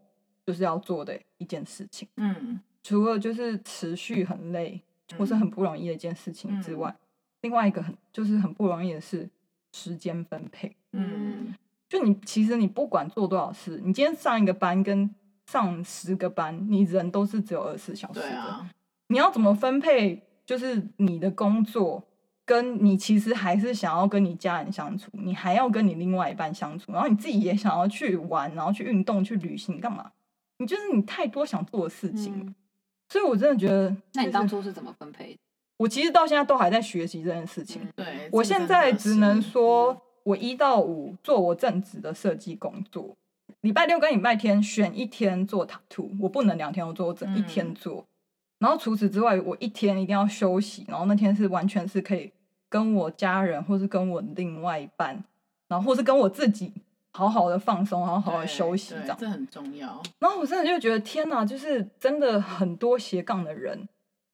[SPEAKER 3] 就是要做的一件事情，
[SPEAKER 1] 嗯，
[SPEAKER 3] 除了就是持续很累或是很不容易的一件事情
[SPEAKER 1] 嗯
[SPEAKER 3] 之外，另外一个很就是很不容易的是时间分配。
[SPEAKER 1] 嗯
[SPEAKER 3] 就你其实你不管做多少事，你今天上一个班跟上十个班，你人都是只有二十四小时
[SPEAKER 1] 对
[SPEAKER 3] 的，
[SPEAKER 1] 啊，
[SPEAKER 3] 你要怎么分配？就是你的工作，跟你其实还是想要跟你家人相处，你还要跟你另外一半相处，然后你自己也想要去玩，然后去运动、去旅行，干嘛？你就是你太多想做的事情了，
[SPEAKER 2] 嗯，
[SPEAKER 3] 所以我真的觉得、
[SPEAKER 2] 那你
[SPEAKER 3] 就是
[SPEAKER 2] 当初是怎么分配的？
[SPEAKER 3] 我其实到现在都还在学习这件事情。
[SPEAKER 2] 嗯
[SPEAKER 1] 对，
[SPEAKER 3] 我
[SPEAKER 1] 这个
[SPEAKER 3] 现
[SPEAKER 1] 真的
[SPEAKER 3] 在只能
[SPEAKER 1] 是
[SPEAKER 3] 说，我一到五做我正职的设计工作，礼拜六跟礼拜天选一天做 tattoo，我不能两天都做，我整一天
[SPEAKER 1] 嗯
[SPEAKER 3] 做。然后除此之外，我一天一定要休息，然后那天是完全是可以跟我家人，或是跟我另外一半，然后或是跟我自己好好的放松，然后好好地
[SPEAKER 1] 对
[SPEAKER 3] 哦休息
[SPEAKER 1] 对
[SPEAKER 3] 这样。
[SPEAKER 1] 这很重要。
[SPEAKER 3] 然后我真的就觉得天哪，就是真的很多斜杠的人，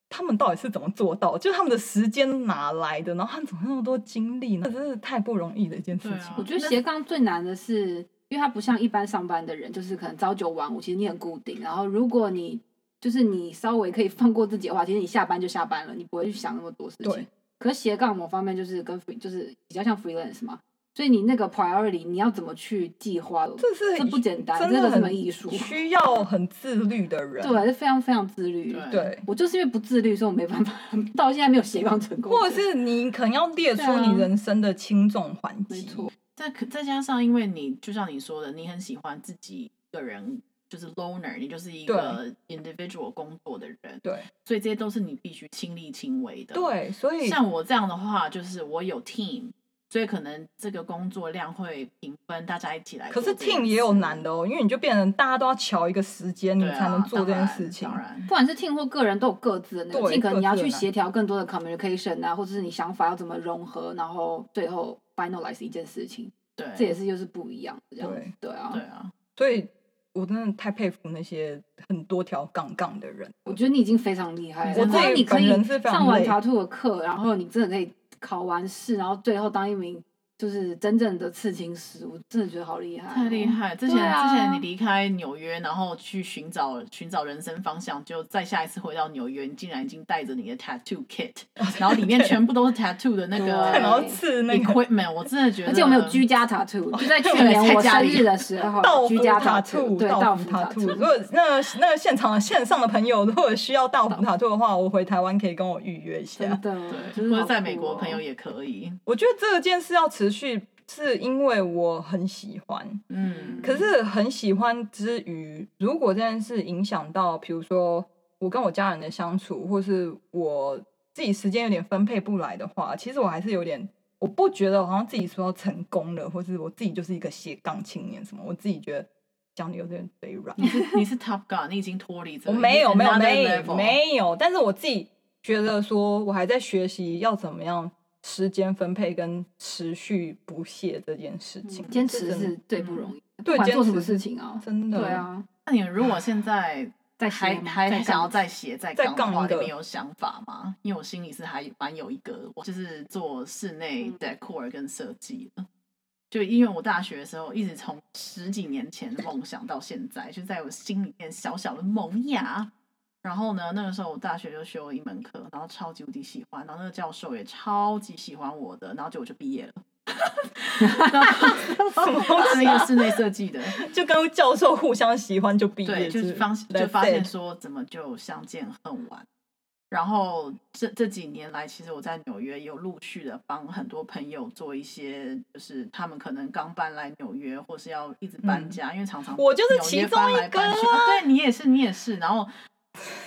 [SPEAKER 3] 他们到底是怎么做到？就是他们的时间哪来的？然后他们怎么那么多精力呢？真是太不容易的一件事
[SPEAKER 1] 对
[SPEAKER 3] 情。
[SPEAKER 1] 啊
[SPEAKER 2] 我觉得斜杠最难的是，因为它不像一般上班的人，就是可能朝九晚五，其实你很固定。然后如果你就是你稍微可以放过自己的话，其实你下班就下班了，你不会去想那么多事
[SPEAKER 3] 对
[SPEAKER 2] 情。可是斜杠某方面就是跟 free 就是比较像 freelance 嘛，所以你那个 priority 你要怎么去计划，
[SPEAKER 3] 这是
[SPEAKER 2] 这不简单，
[SPEAKER 3] 真
[SPEAKER 2] 这
[SPEAKER 3] 的
[SPEAKER 2] 个是
[SPEAKER 3] 很
[SPEAKER 2] 门艺术，啊
[SPEAKER 3] 需要很自律的人。
[SPEAKER 2] 对，是非常非常自律。
[SPEAKER 1] 对
[SPEAKER 3] 对，
[SPEAKER 2] 我就是因为不自律，所以我没办法， <laughs> 到现在没有斜杠成功。
[SPEAKER 3] 或者是你可能要列出
[SPEAKER 2] 对啊
[SPEAKER 3] 你人生的轻重缓
[SPEAKER 2] 没
[SPEAKER 3] 急。
[SPEAKER 2] 错，
[SPEAKER 1] 再可再加上，因为你就像你说的，你很喜欢自己一个人，就是 loner，你就是一个 individual 工作的人，
[SPEAKER 3] 对
[SPEAKER 1] 所以这些都是你必须亲力亲为的。，
[SPEAKER 3] 对，所以
[SPEAKER 1] 像我这样的话，就是我有 team，所以可能这个工作量会平分，大家一起来
[SPEAKER 3] 可
[SPEAKER 1] 做
[SPEAKER 3] 是
[SPEAKER 1] 这件事。
[SPEAKER 3] team 也有难的哦，因为你就变成大家都要瞧一个时间，你
[SPEAKER 1] 对啊，
[SPEAKER 3] 才能做
[SPEAKER 1] 当
[SPEAKER 3] 这件
[SPEAKER 1] 然
[SPEAKER 3] 事情。
[SPEAKER 1] 当然
[SPEAKER 2] 不，管是 team 或个人都有各自的那个
[SPEAKER 3] 对
[SPEAKER 2] team，可能你要
[SPEAKER 3] 各自
[SPEAKER 2] 去
[SPEAKER 3] 的
[SPEAKER 2] 协调更多的 communication 啊，或者是你想法要怎么融合，然后最后 finalize 一件事情，
[SPEAKER 1] 对，
[SPEAKER 2] 这也是就是不一样的这样子。对啊，
[SPEAKER 1] 对啊，
[SPEAKER 3] 所以我真的太佩服那些很多条杠杠的人。
[SPEAKER 2] 我觉得你已经非常厉害了。
[SPEAKER 3] 我
[SPEAKER 2] 我
[SPEAKER 3] 自
[SPEAKER 2] 觉
[SPEAKER 3] 己
[SPEAKER 2] 得你可
[SPEAKER 3] 本人
[SPEAKER 2] 以
[SPEAKER 3] 是非常
[SPEAKER 2] 上完
[SPEAKER 3] 累
[SPEAKER 2] 塔兔的课，然后你真的可以考完试，然后最后当一名就是真正的刺青师，我真的觉得好厉害、
[SPEAKER 1] 太厉！害！之
[SPEAKER 2] 对
[SPEAKER 1] 前、
[SPEAKER 2] 啊
[SPEAKER 1] 之前你离开纽约，然后去寻找寻找人生方向，就再下一次回到纽约，你竟然已经带着你的 tattoo kit，然后里面全部都是 tattoo 的那
[SPEAKER 2] 对
[SPEAKER 3] 哦然
[SPEAKER 1] 个
[SPEAKER 3] 后刺那个
[SPEAKER 1] equipment，我真的觉得，
[SPEAKER 2] 而且我们有居家塔
[SPEAKER 3] <laughs>
[SPEAKER 2] 兔，就在去
[SPEAKER 1] 对
[SPEAKER 2] 年
[SPEAKER 1] 在
[SPEAKER 2] 我
[SPEAKER 1] 家
[SPEAKER 2] 生
[SPEAKER 1] 里
[SPEAKER 2] 日的时候，
[SPEAKER 3] 道
[SPEAKER 2] 居
[SPEAKER 3] 服
[SPEAKER 2] 家
[SPEAKER 3] 塔
[SPEAKER 2] 塔
[SPEAKER 3] 兔，
[SPEAKER 2] 对，
[SPEAKER 3] 道
[SPEAKER 2] 道
[SPEAKER 3] 服
[SPEAKER 2] 服
[SPEAKER 3] 塔
[SPEAKER 2] 塔
[SPEAKER 3] 兔。
[SPEAKER 2] 兔
[SPEAKER 3] 如。果那那现场线上的朋友，如果需要道服塔兔的话，我回台湾可以跟我预约一
[SPEAKER 2] 真
[SPEAKER 3] 下。
[SPEAKER 2] 的，就
[SPEAKER 1] 对，
[SPEAKER 2] 是
[SPEAKER 1] 或者
[SPEAKER 2] 好
[SPEAKER 1] 在
[SPEAKER 2] 酷
[SPEAKER 1] 美国
[SPEAKER 2] 哦
[SPEAKER 1] 朋友也可以，
[SPEAKER 3] 我觉得这件事要持续，是因为我很喜欢。
[SPEAKER 1] 嗯，
[SPEAKER 3] 可是很喜欢之余，如果这件事影响到，比如说我跟我家人的相处，或是我自己时间有点分配不来的话，其实我还是有点，我不觉得我好像自己说成功了，或是我自己就是一个斜杠青年什么，我自己觉得讲的有点嘴软。
[SPEAKER 1] 你是你是 Top Gun，你已经脱离这
[SPEAKER 3] 我
[SPEAKER 1] 个，
[SPEAKER 3] 没有，没有，
[SPEAKER 1] another
[SPEAKER 3] 没
[SPEAKER 1] level
[SPEAKER 3] 没有，但是我自己觉得说，我还在学习要怎么样时间分配跟持续不懈这件事情，
[SPEAKER 2] 坚
[SPEAKER 3] 嗯这
[SPEAKER 2] 持
[SPEAKER 3] 真的嗯
[SPEAKER 2] 是最不容易的，
[SPEAKER 3] 对
[SPEAKER 2] 不管
[SPEAKER 3] 坚
[SPEAKER 2] 做什么
[SPEAKER 3] 持是
[SPEAKER 2] 事情啊，
[SPEAKER 3] 真的
[SPEAKER 2] 对
[SPEAKER 3] <laughs>
[SPEAKER 2] 啊，
[SPEAKER 1] 那你如果现在
[SPEAKER 2] 在
[SPEAKER 1] 还还想要再写再
[SPEAKER 3] 再
[SPEAKER 1] 杠的话，
[SPEAKER 3] 杠一
[SPEAKER 1] 你
[SPEAKER 3] 个
[SPEAKER 1] 们有想法吗？因为我心里是还蛮有一个，我就是做室内
[SPEAKER 2] 嗯
[SPEAKER 1] decor 跟设计的。就因为我大学的时候，一直从十几年前的梦想到现在，就在我心里面小小的萌芽。然后呢，那个时候我大学就修了一门课，然后超级无敌喜欢，然后那个教授也超级喜欢我的，然后结果就毕业了。 <laughs> 然后他是一个室内设计的，
[SPEAKER 3] 就跟教授互相喜欢就毕业，
[SPEAKER 1] 对，就是发就发现说怎么就相见恨晚。然后这这几年来，其实我在纽约有陆续的帮很多朋友做一些，就是他们可能刚搬来纽约，或是要一直搬家，因为常常
[SPEAKER 3] 嗯我就是
[SPEAKER 1] 纽约
[SPEAKER 3] 其中
[SPEAKER 1] 搬
[SPEAKER 3] 一
[SPEAKER 1] 来搬
[SPEAKER 3] 个
[SPEAKER 1] 去啊对你也是，你也是。然后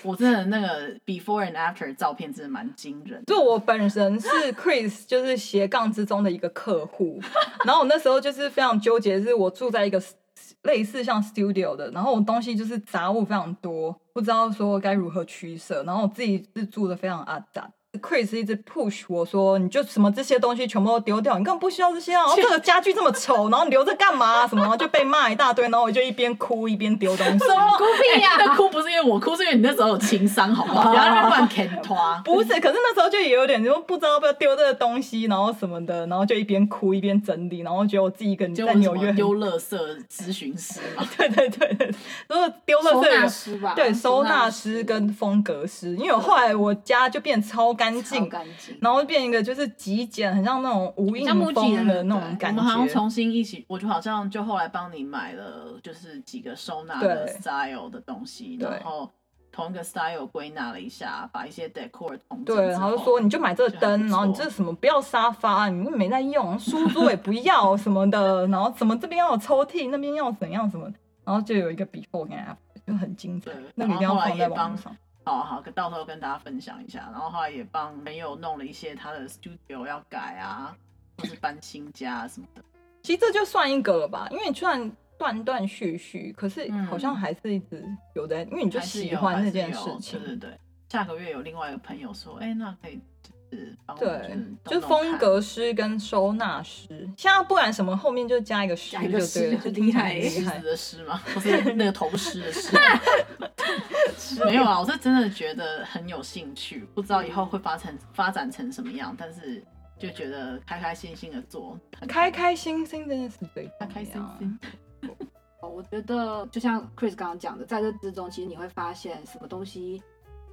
[SPEAKER 1] 我真的那个 before and after 照片真的蛮惊人的，
[SPEAKER 3] 就我本人
[SPEAKER 1] <laughs>
[SPEAKER 3] 是 Chris，就是斜杠之中的一个客户。 <laughs> 然后我那时候就是非常纠结，是我住在一个 s- 类似像 studio 的，然后我东西就是杂物非常多，不知道说该如何取舍。然后我自己是住的非常阿杂。Chris 一直 push 我说，你就什么这些东西全部都丢掉，你根本不需要这些啊！然后这个家具这么丑，然后你留着干嘛、什么，然后就被骂一大堆，然后我就一边哭一边丢东
[SPEAKER 1] <laughs>
[SPEAKER 2] 孤
[SPEAKER 3] 西。
[SPEAKER 2] 僻
[SPEAKER 3] 啊
[SPEAKER 1] 但
[SPEAKER 2] 呀，
[SPEAKER 1] 哭不是因为我哭，是因为你那时候有情商，好不
[SPEAKER 3] <laughs>
[SPEAKER 1] 好？不要在那边乱啊啃拖。
[SPEAKER 3] 不是，可是那时候就也有点，就不知道要不要丢这个东西，然后什么的，然后就一边哭一边整理，然后觉得我自己一个人
[SPEAKER 1] 就
[SPEAKER 3] 在纽约很，
[SPEAKER 1] 丢垃圾咨询师嘛，
[SPEAKER 3] <laughs> 对对对对，如果丢 <laughs>
[SPEAKER 2] 收
[SPEAKER 3] 了这
[SPEAKER 2] 纳啊
[SPEAKER 3] 个。
[SPEAKER 2] 师吧，
[SPEAKER 3] 对， <laughs> 收纳
[SPEAKER 2] 师
[SPEAKER 3] 师跟风格师，因为我后来我家就变超干
[SPEAKER 2] 超
[SPEAKER 3] 净，
[SPEAKER 2] 干净，
[SPEAKER 3] 然后变一个就是极简，很像那种无印
[SPEAKER 2] 像木屐
[SPEAKER 3] 风
[SPEAKER 2] 人
[SPEAKER 3] 的那
[SPEAKER 2] 对
[SPEAKER 3] 种
[SPEAKER 2] 我
[SPEAKER 1] 我
[SPEAKER 3] 感
[SPEAKER 1] 们好像
[SPEAKER 3] 觉。
[SPEAKER 1] 重新一起，我就好像就后来帮你买了，就是几个收纳的
[SPEAKER 3] 对
[SPEAKER 1] style 的东西，
[SPEAKER 3] 对
[SPEAKER 1] 然后同一个 style 归纳了一下，把一些 decor 统整
[SPEAKER 3] 对，
[SPEAKER 1] 之
[SPEAKER 3] 然后就说你就买这个
[SPEAKER 1] 哦就还不
[SPEAKER 3] 灯，然后你
[SPEAKER 1] 错
[SPEAKER 3] 这什么不要沙发，啊你没在用， <laughs> 书桌也不要什么的，然后怎么这边要有抽屉，那边要怎样什么，然后就有一个 before 跟 after，就很精彩
[SPEAKER 1] 对，
[SPEAKER 3] 那你一定
[SPEAKER 1] 然
[SPEAKER 3] 要
[SPEAKER 1] 后后来
[SPEAKER 3] 放在
[SPEAKER 1] 也
[SPEAKER 3] 网络
[SPEAKER 1] 帮
[SPEAKER 3] 上。
[SPEAKER 1] 好好，到时候跟大家分享一下。然后后来也帮朋友弄了一些他的 studio 要改啊，或是搬新家什么的。
[SPEAKER 3] 其实这就算一个了吧，因为你虽然断断续续，可是
[SPEAKER 1] 嗯
[SPEAKER 3] 好像还是一直有在，因为你就
[SPEAKER 1] 还是
[SPEAKER 3] 喜
[SPEAKER 1] 有
[SPEAKER 3] 欢
[SPEAKER 1] 还
[SPEAKER 3] 这
[SPEAKER 1] 是
[SPEAKER 3] 件
[SPEAKER 1] 有
[SPEAKER 3] 事情
[SPEAKER 1] 对。对对，下个月有另外一个朋友说，哎、那可以就是是帮我
[SPEAKER 3] 对
[SPEAKER 1] 们
[SPEAKER 3] 就是
[SPEAKER 1] 动动
[SPEAKER 3] 风
[SPEAKER 1] 看
[SPEAKER 3] 格师跟收纳师，现在不然什么后面就加一个师
[SPEAKER 2] 加一
[SPEAKER 3] 就
[SPEAKER 2] 个
[SPEAKER 3] 对了，
[SPEAKER 2] 师
[SPEAKER 3] 就
[SPEAKER 2] 厉害
[SPEAKER 3] 听
[SPEAKER 2] 耶
[SPEAKER 3] 起
[SPEAKER 1] 狮
[SPEAKER 3] 来
[SPEAKER 1] 子
[SPEAKER 3] 很厉害。
[SPEAKER 1] 的狮吗？ <laughs> 不是那个头狮的
[SPEAKER 2] <laughs>
[SPEAKER 1] 狮。没有啊，我是真的觉得很有兴趣，不知道以后会发展发展成什么样，但是就觉得开开心心的做，很
[SPEAKER 3] 开开心心真的是最重要
[SPEAKER 1] 开开心
[SPEAKER 2] 啊
[SPEAKER 1] 心。
[SPEAKER 2] 哦我觉得就像 Chris 刚刚讲的，在这之中，其实你会发现什么东西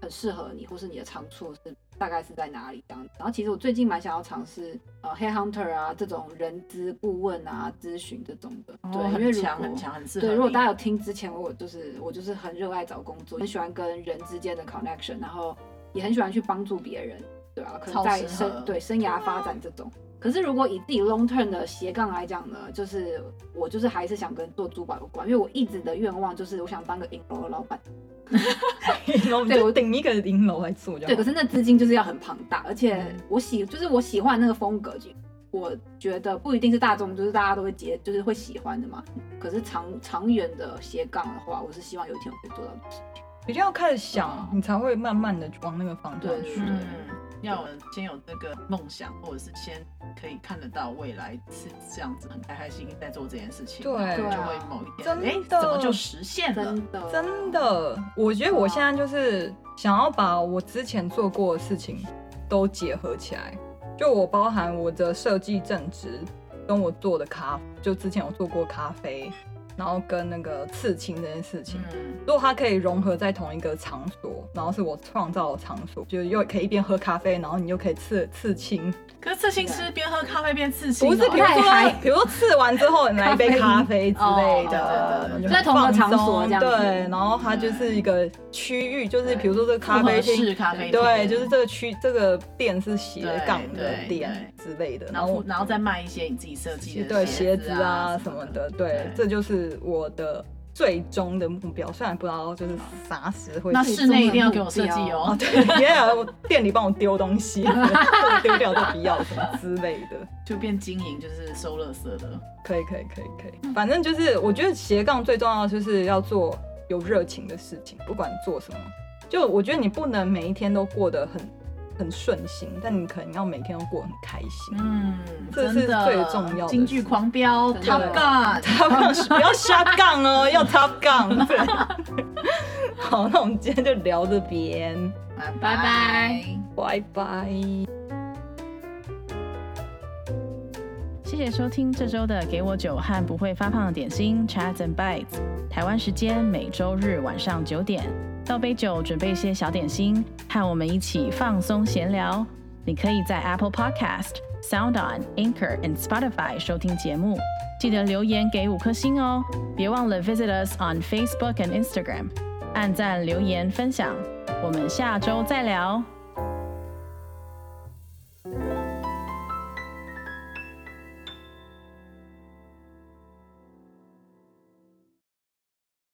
[SPEAKER 2] 很适合你，或是你的长处是大概是在哪里这样子。然后其实我最近蛮想要尝试呃 Headhunter 啊这种人资顾问啊咨询这种的，
[SPEAKER 1] 哦
[SPEAKER 2] 对，因为
[SPEAKER 1] 很
[SPEAKER 2] 如
[SPEAKER 1] 强
[SPEAKER 2] 果
[SPEAKER 1] 很强，很适合
[SPEAKER 2] 对，
[SPEAKER 1] 你。
[SPEAKER 2] 如果大家有听之前，我就是我就是很热爱找工作，很喜欢跟人之间的 connection，然后也很喜欢去帮助别人，对啊，可能
[SPEAKER 1] 超
[SPEAKER 2] 在
[SPEAKER 1] 适合
[SPEAKER 2] 生对生涯发展这种。可是如果以自己 long term 的斜杠来讲呢，就是我就是还是想跟做主管有关，因为我一直的愿望就是我想当个银楼的老板。
[SPEAKER 3] <laughs> 然后我们
[SPEAKER 2] 对
[SPEAKER 3] 就
[SPEAKER 2] 我
[SPEAKER 3] 顶一个银楼来做就好
[SPEAKER 2] 对，可是那资金就是要很庞大，而且
[SPEAKER 3] 嗯
[SPEAKER 2] 我喜就是我喜欢那个风格，我觉得不一定是大众，就是大家都会接，就是会喜欢的嘛。可是长长远的斜杠的话，我是希望有一天我可以做到。
[SPEAKER 3] 比较开始想，你才会慢慢的往那个方向
[SPEAKER 2] 对
[SPEAKER 3] 去。
[SPEAKER 2] 对
[SPEAKER 1] 嗯，要有先有这个梦想，或者是先可以看得到未来是这样子，很开开心心在做这件事情，
[SPEAKER 3] 对
[SPEAKER 1] 然后
[SPEAKER 2] 对
[SPEAKER 1] 就
[SPEAKER 2] 啊
[SPEAKER 1] 会某一天，
[SPEAKER 3] 真
[SPEAKER 1] 哎，
[SPEAKER 3] 的
[SPEAKER 1] 怎么就实现了？
[SPEAKER 2] 真的，
[SPEAKER 3] 真的，我觉得我
[SPEAKER 2] 哇
[SPEAKER 3] 现在就是想要把我之前做过的事情都结合起来，就我包含我的设计正职，跟我做的咖，就之前有做过咖啡，然后跟那个刺青这件事情，
[SPEAKER 1] 嗯，
[SPEAKER 3] 如果它可以融合在同一个场所，然后是我创造的场所，就是又可以一边喝咖啡，然后你又可以刺刺青，
[SPEAKER 1] 可是刺青师边喝咖啡边刺青哦，
[SPEAKER 3] 不是，比如
[SPEAKER 2] 太
[SPEAKER 3] 说
[SPEAKER 2] 嗨，
[SPEAKER 3] 比如说吃完之后你来一杯咖
[SPEAKER 2] 咖
[SPEAKER 3] 啡之类
[SPEAKER 1] 哦
[SPEAKER 3] 的，
[SPEAKER 1] 对对对对
[SPEAKER 3] 你就
[SPEAKER 2] 在同一个
[SPEAKER 3] 放松
[SPEAKER 2] 场所这样子
[SPEAKER 3] 对，然后它就是一个区域，哦就是比如说这个咖啡
[SPEAKER 1] 复合式
[SPEAKER 3] 厅，
[SPEAKER 1] 咖啡厅
[SPEAKER 3] 对，就是这个区这个店是斜杠的
[SPEAKER 1] 对对
[SPEAKER 3] 店之类的，
[SPEAKER 1] 然
[SPEAKER 3] 然后
[SPEAKER 1] 后
[SPEAKER 3] 我
[SPEAKER 1] 然后再卖一些你自己设计的
[SPEAKER 3] 对鞋
[SPEAKER 1] 子
[SPEAKER 3] 子啊什么的，对
[SPEAKER 1] 对，
[SPEAKER 3] 这就是我的最终的目标。虽然不知道就是啥时会
[SPEAKER 1] 那
[SPEAKER 3] 是
[SPEAKER 1] 室内一定要给我设计
[SPEAKER 3] 哦，
[SPEAKER 1] 哦。
[SPEAKER 3] 对， <laughs> 也有我店里帮我丢东西， <laughs> 丢掉都不要什么之类的。
[SPEAKER 1] <laughs> 就变经营，就是收垃圾的。
[SPEAKER 3] 可以可以可以可以，反正就是我觉得斜杠最重要的就是要做有热情的事情，不管做什么。就我觉得你不能每一天都过得很很顺心，但你可能要每天都过得很开
[SPEAKER 1] <laughs>
[SPEAKER 3] 心。
[SPEAKER 1] 嗯，
[SPEAKER 3] 这是
[SPEAKER 1] 真的
[SPEAKER 3] 最重要的
[SPEAKER 1] 京剧狂飙
[SPEAKER 2] 真的
[SPEAKER 1] Top Gun，
[SPEAKER 3] 他们不要瞎杠哦，要 top 杠。对好，那我们今天就聊这边，
[SPEAKER 1] 拜
[SPEAKER 2] 拜拜。
[SPEAKER 3] 拜拜。
[SPEAKER 1] 谢谢收听这周的《给我酒和不会发胖的点心 Chats and Bites》，台湾时间每周日晚上九点，倒杯酒，准备一些小点心，和我们一起放松闲聊。你可以在 Apple Podcast、Sound On、Anchor and Spotify 收听节目，记得留言给五颗星哦！别忘了 visit us on Facebook and Instagram，按赞、留言、分享，我们下周再聊。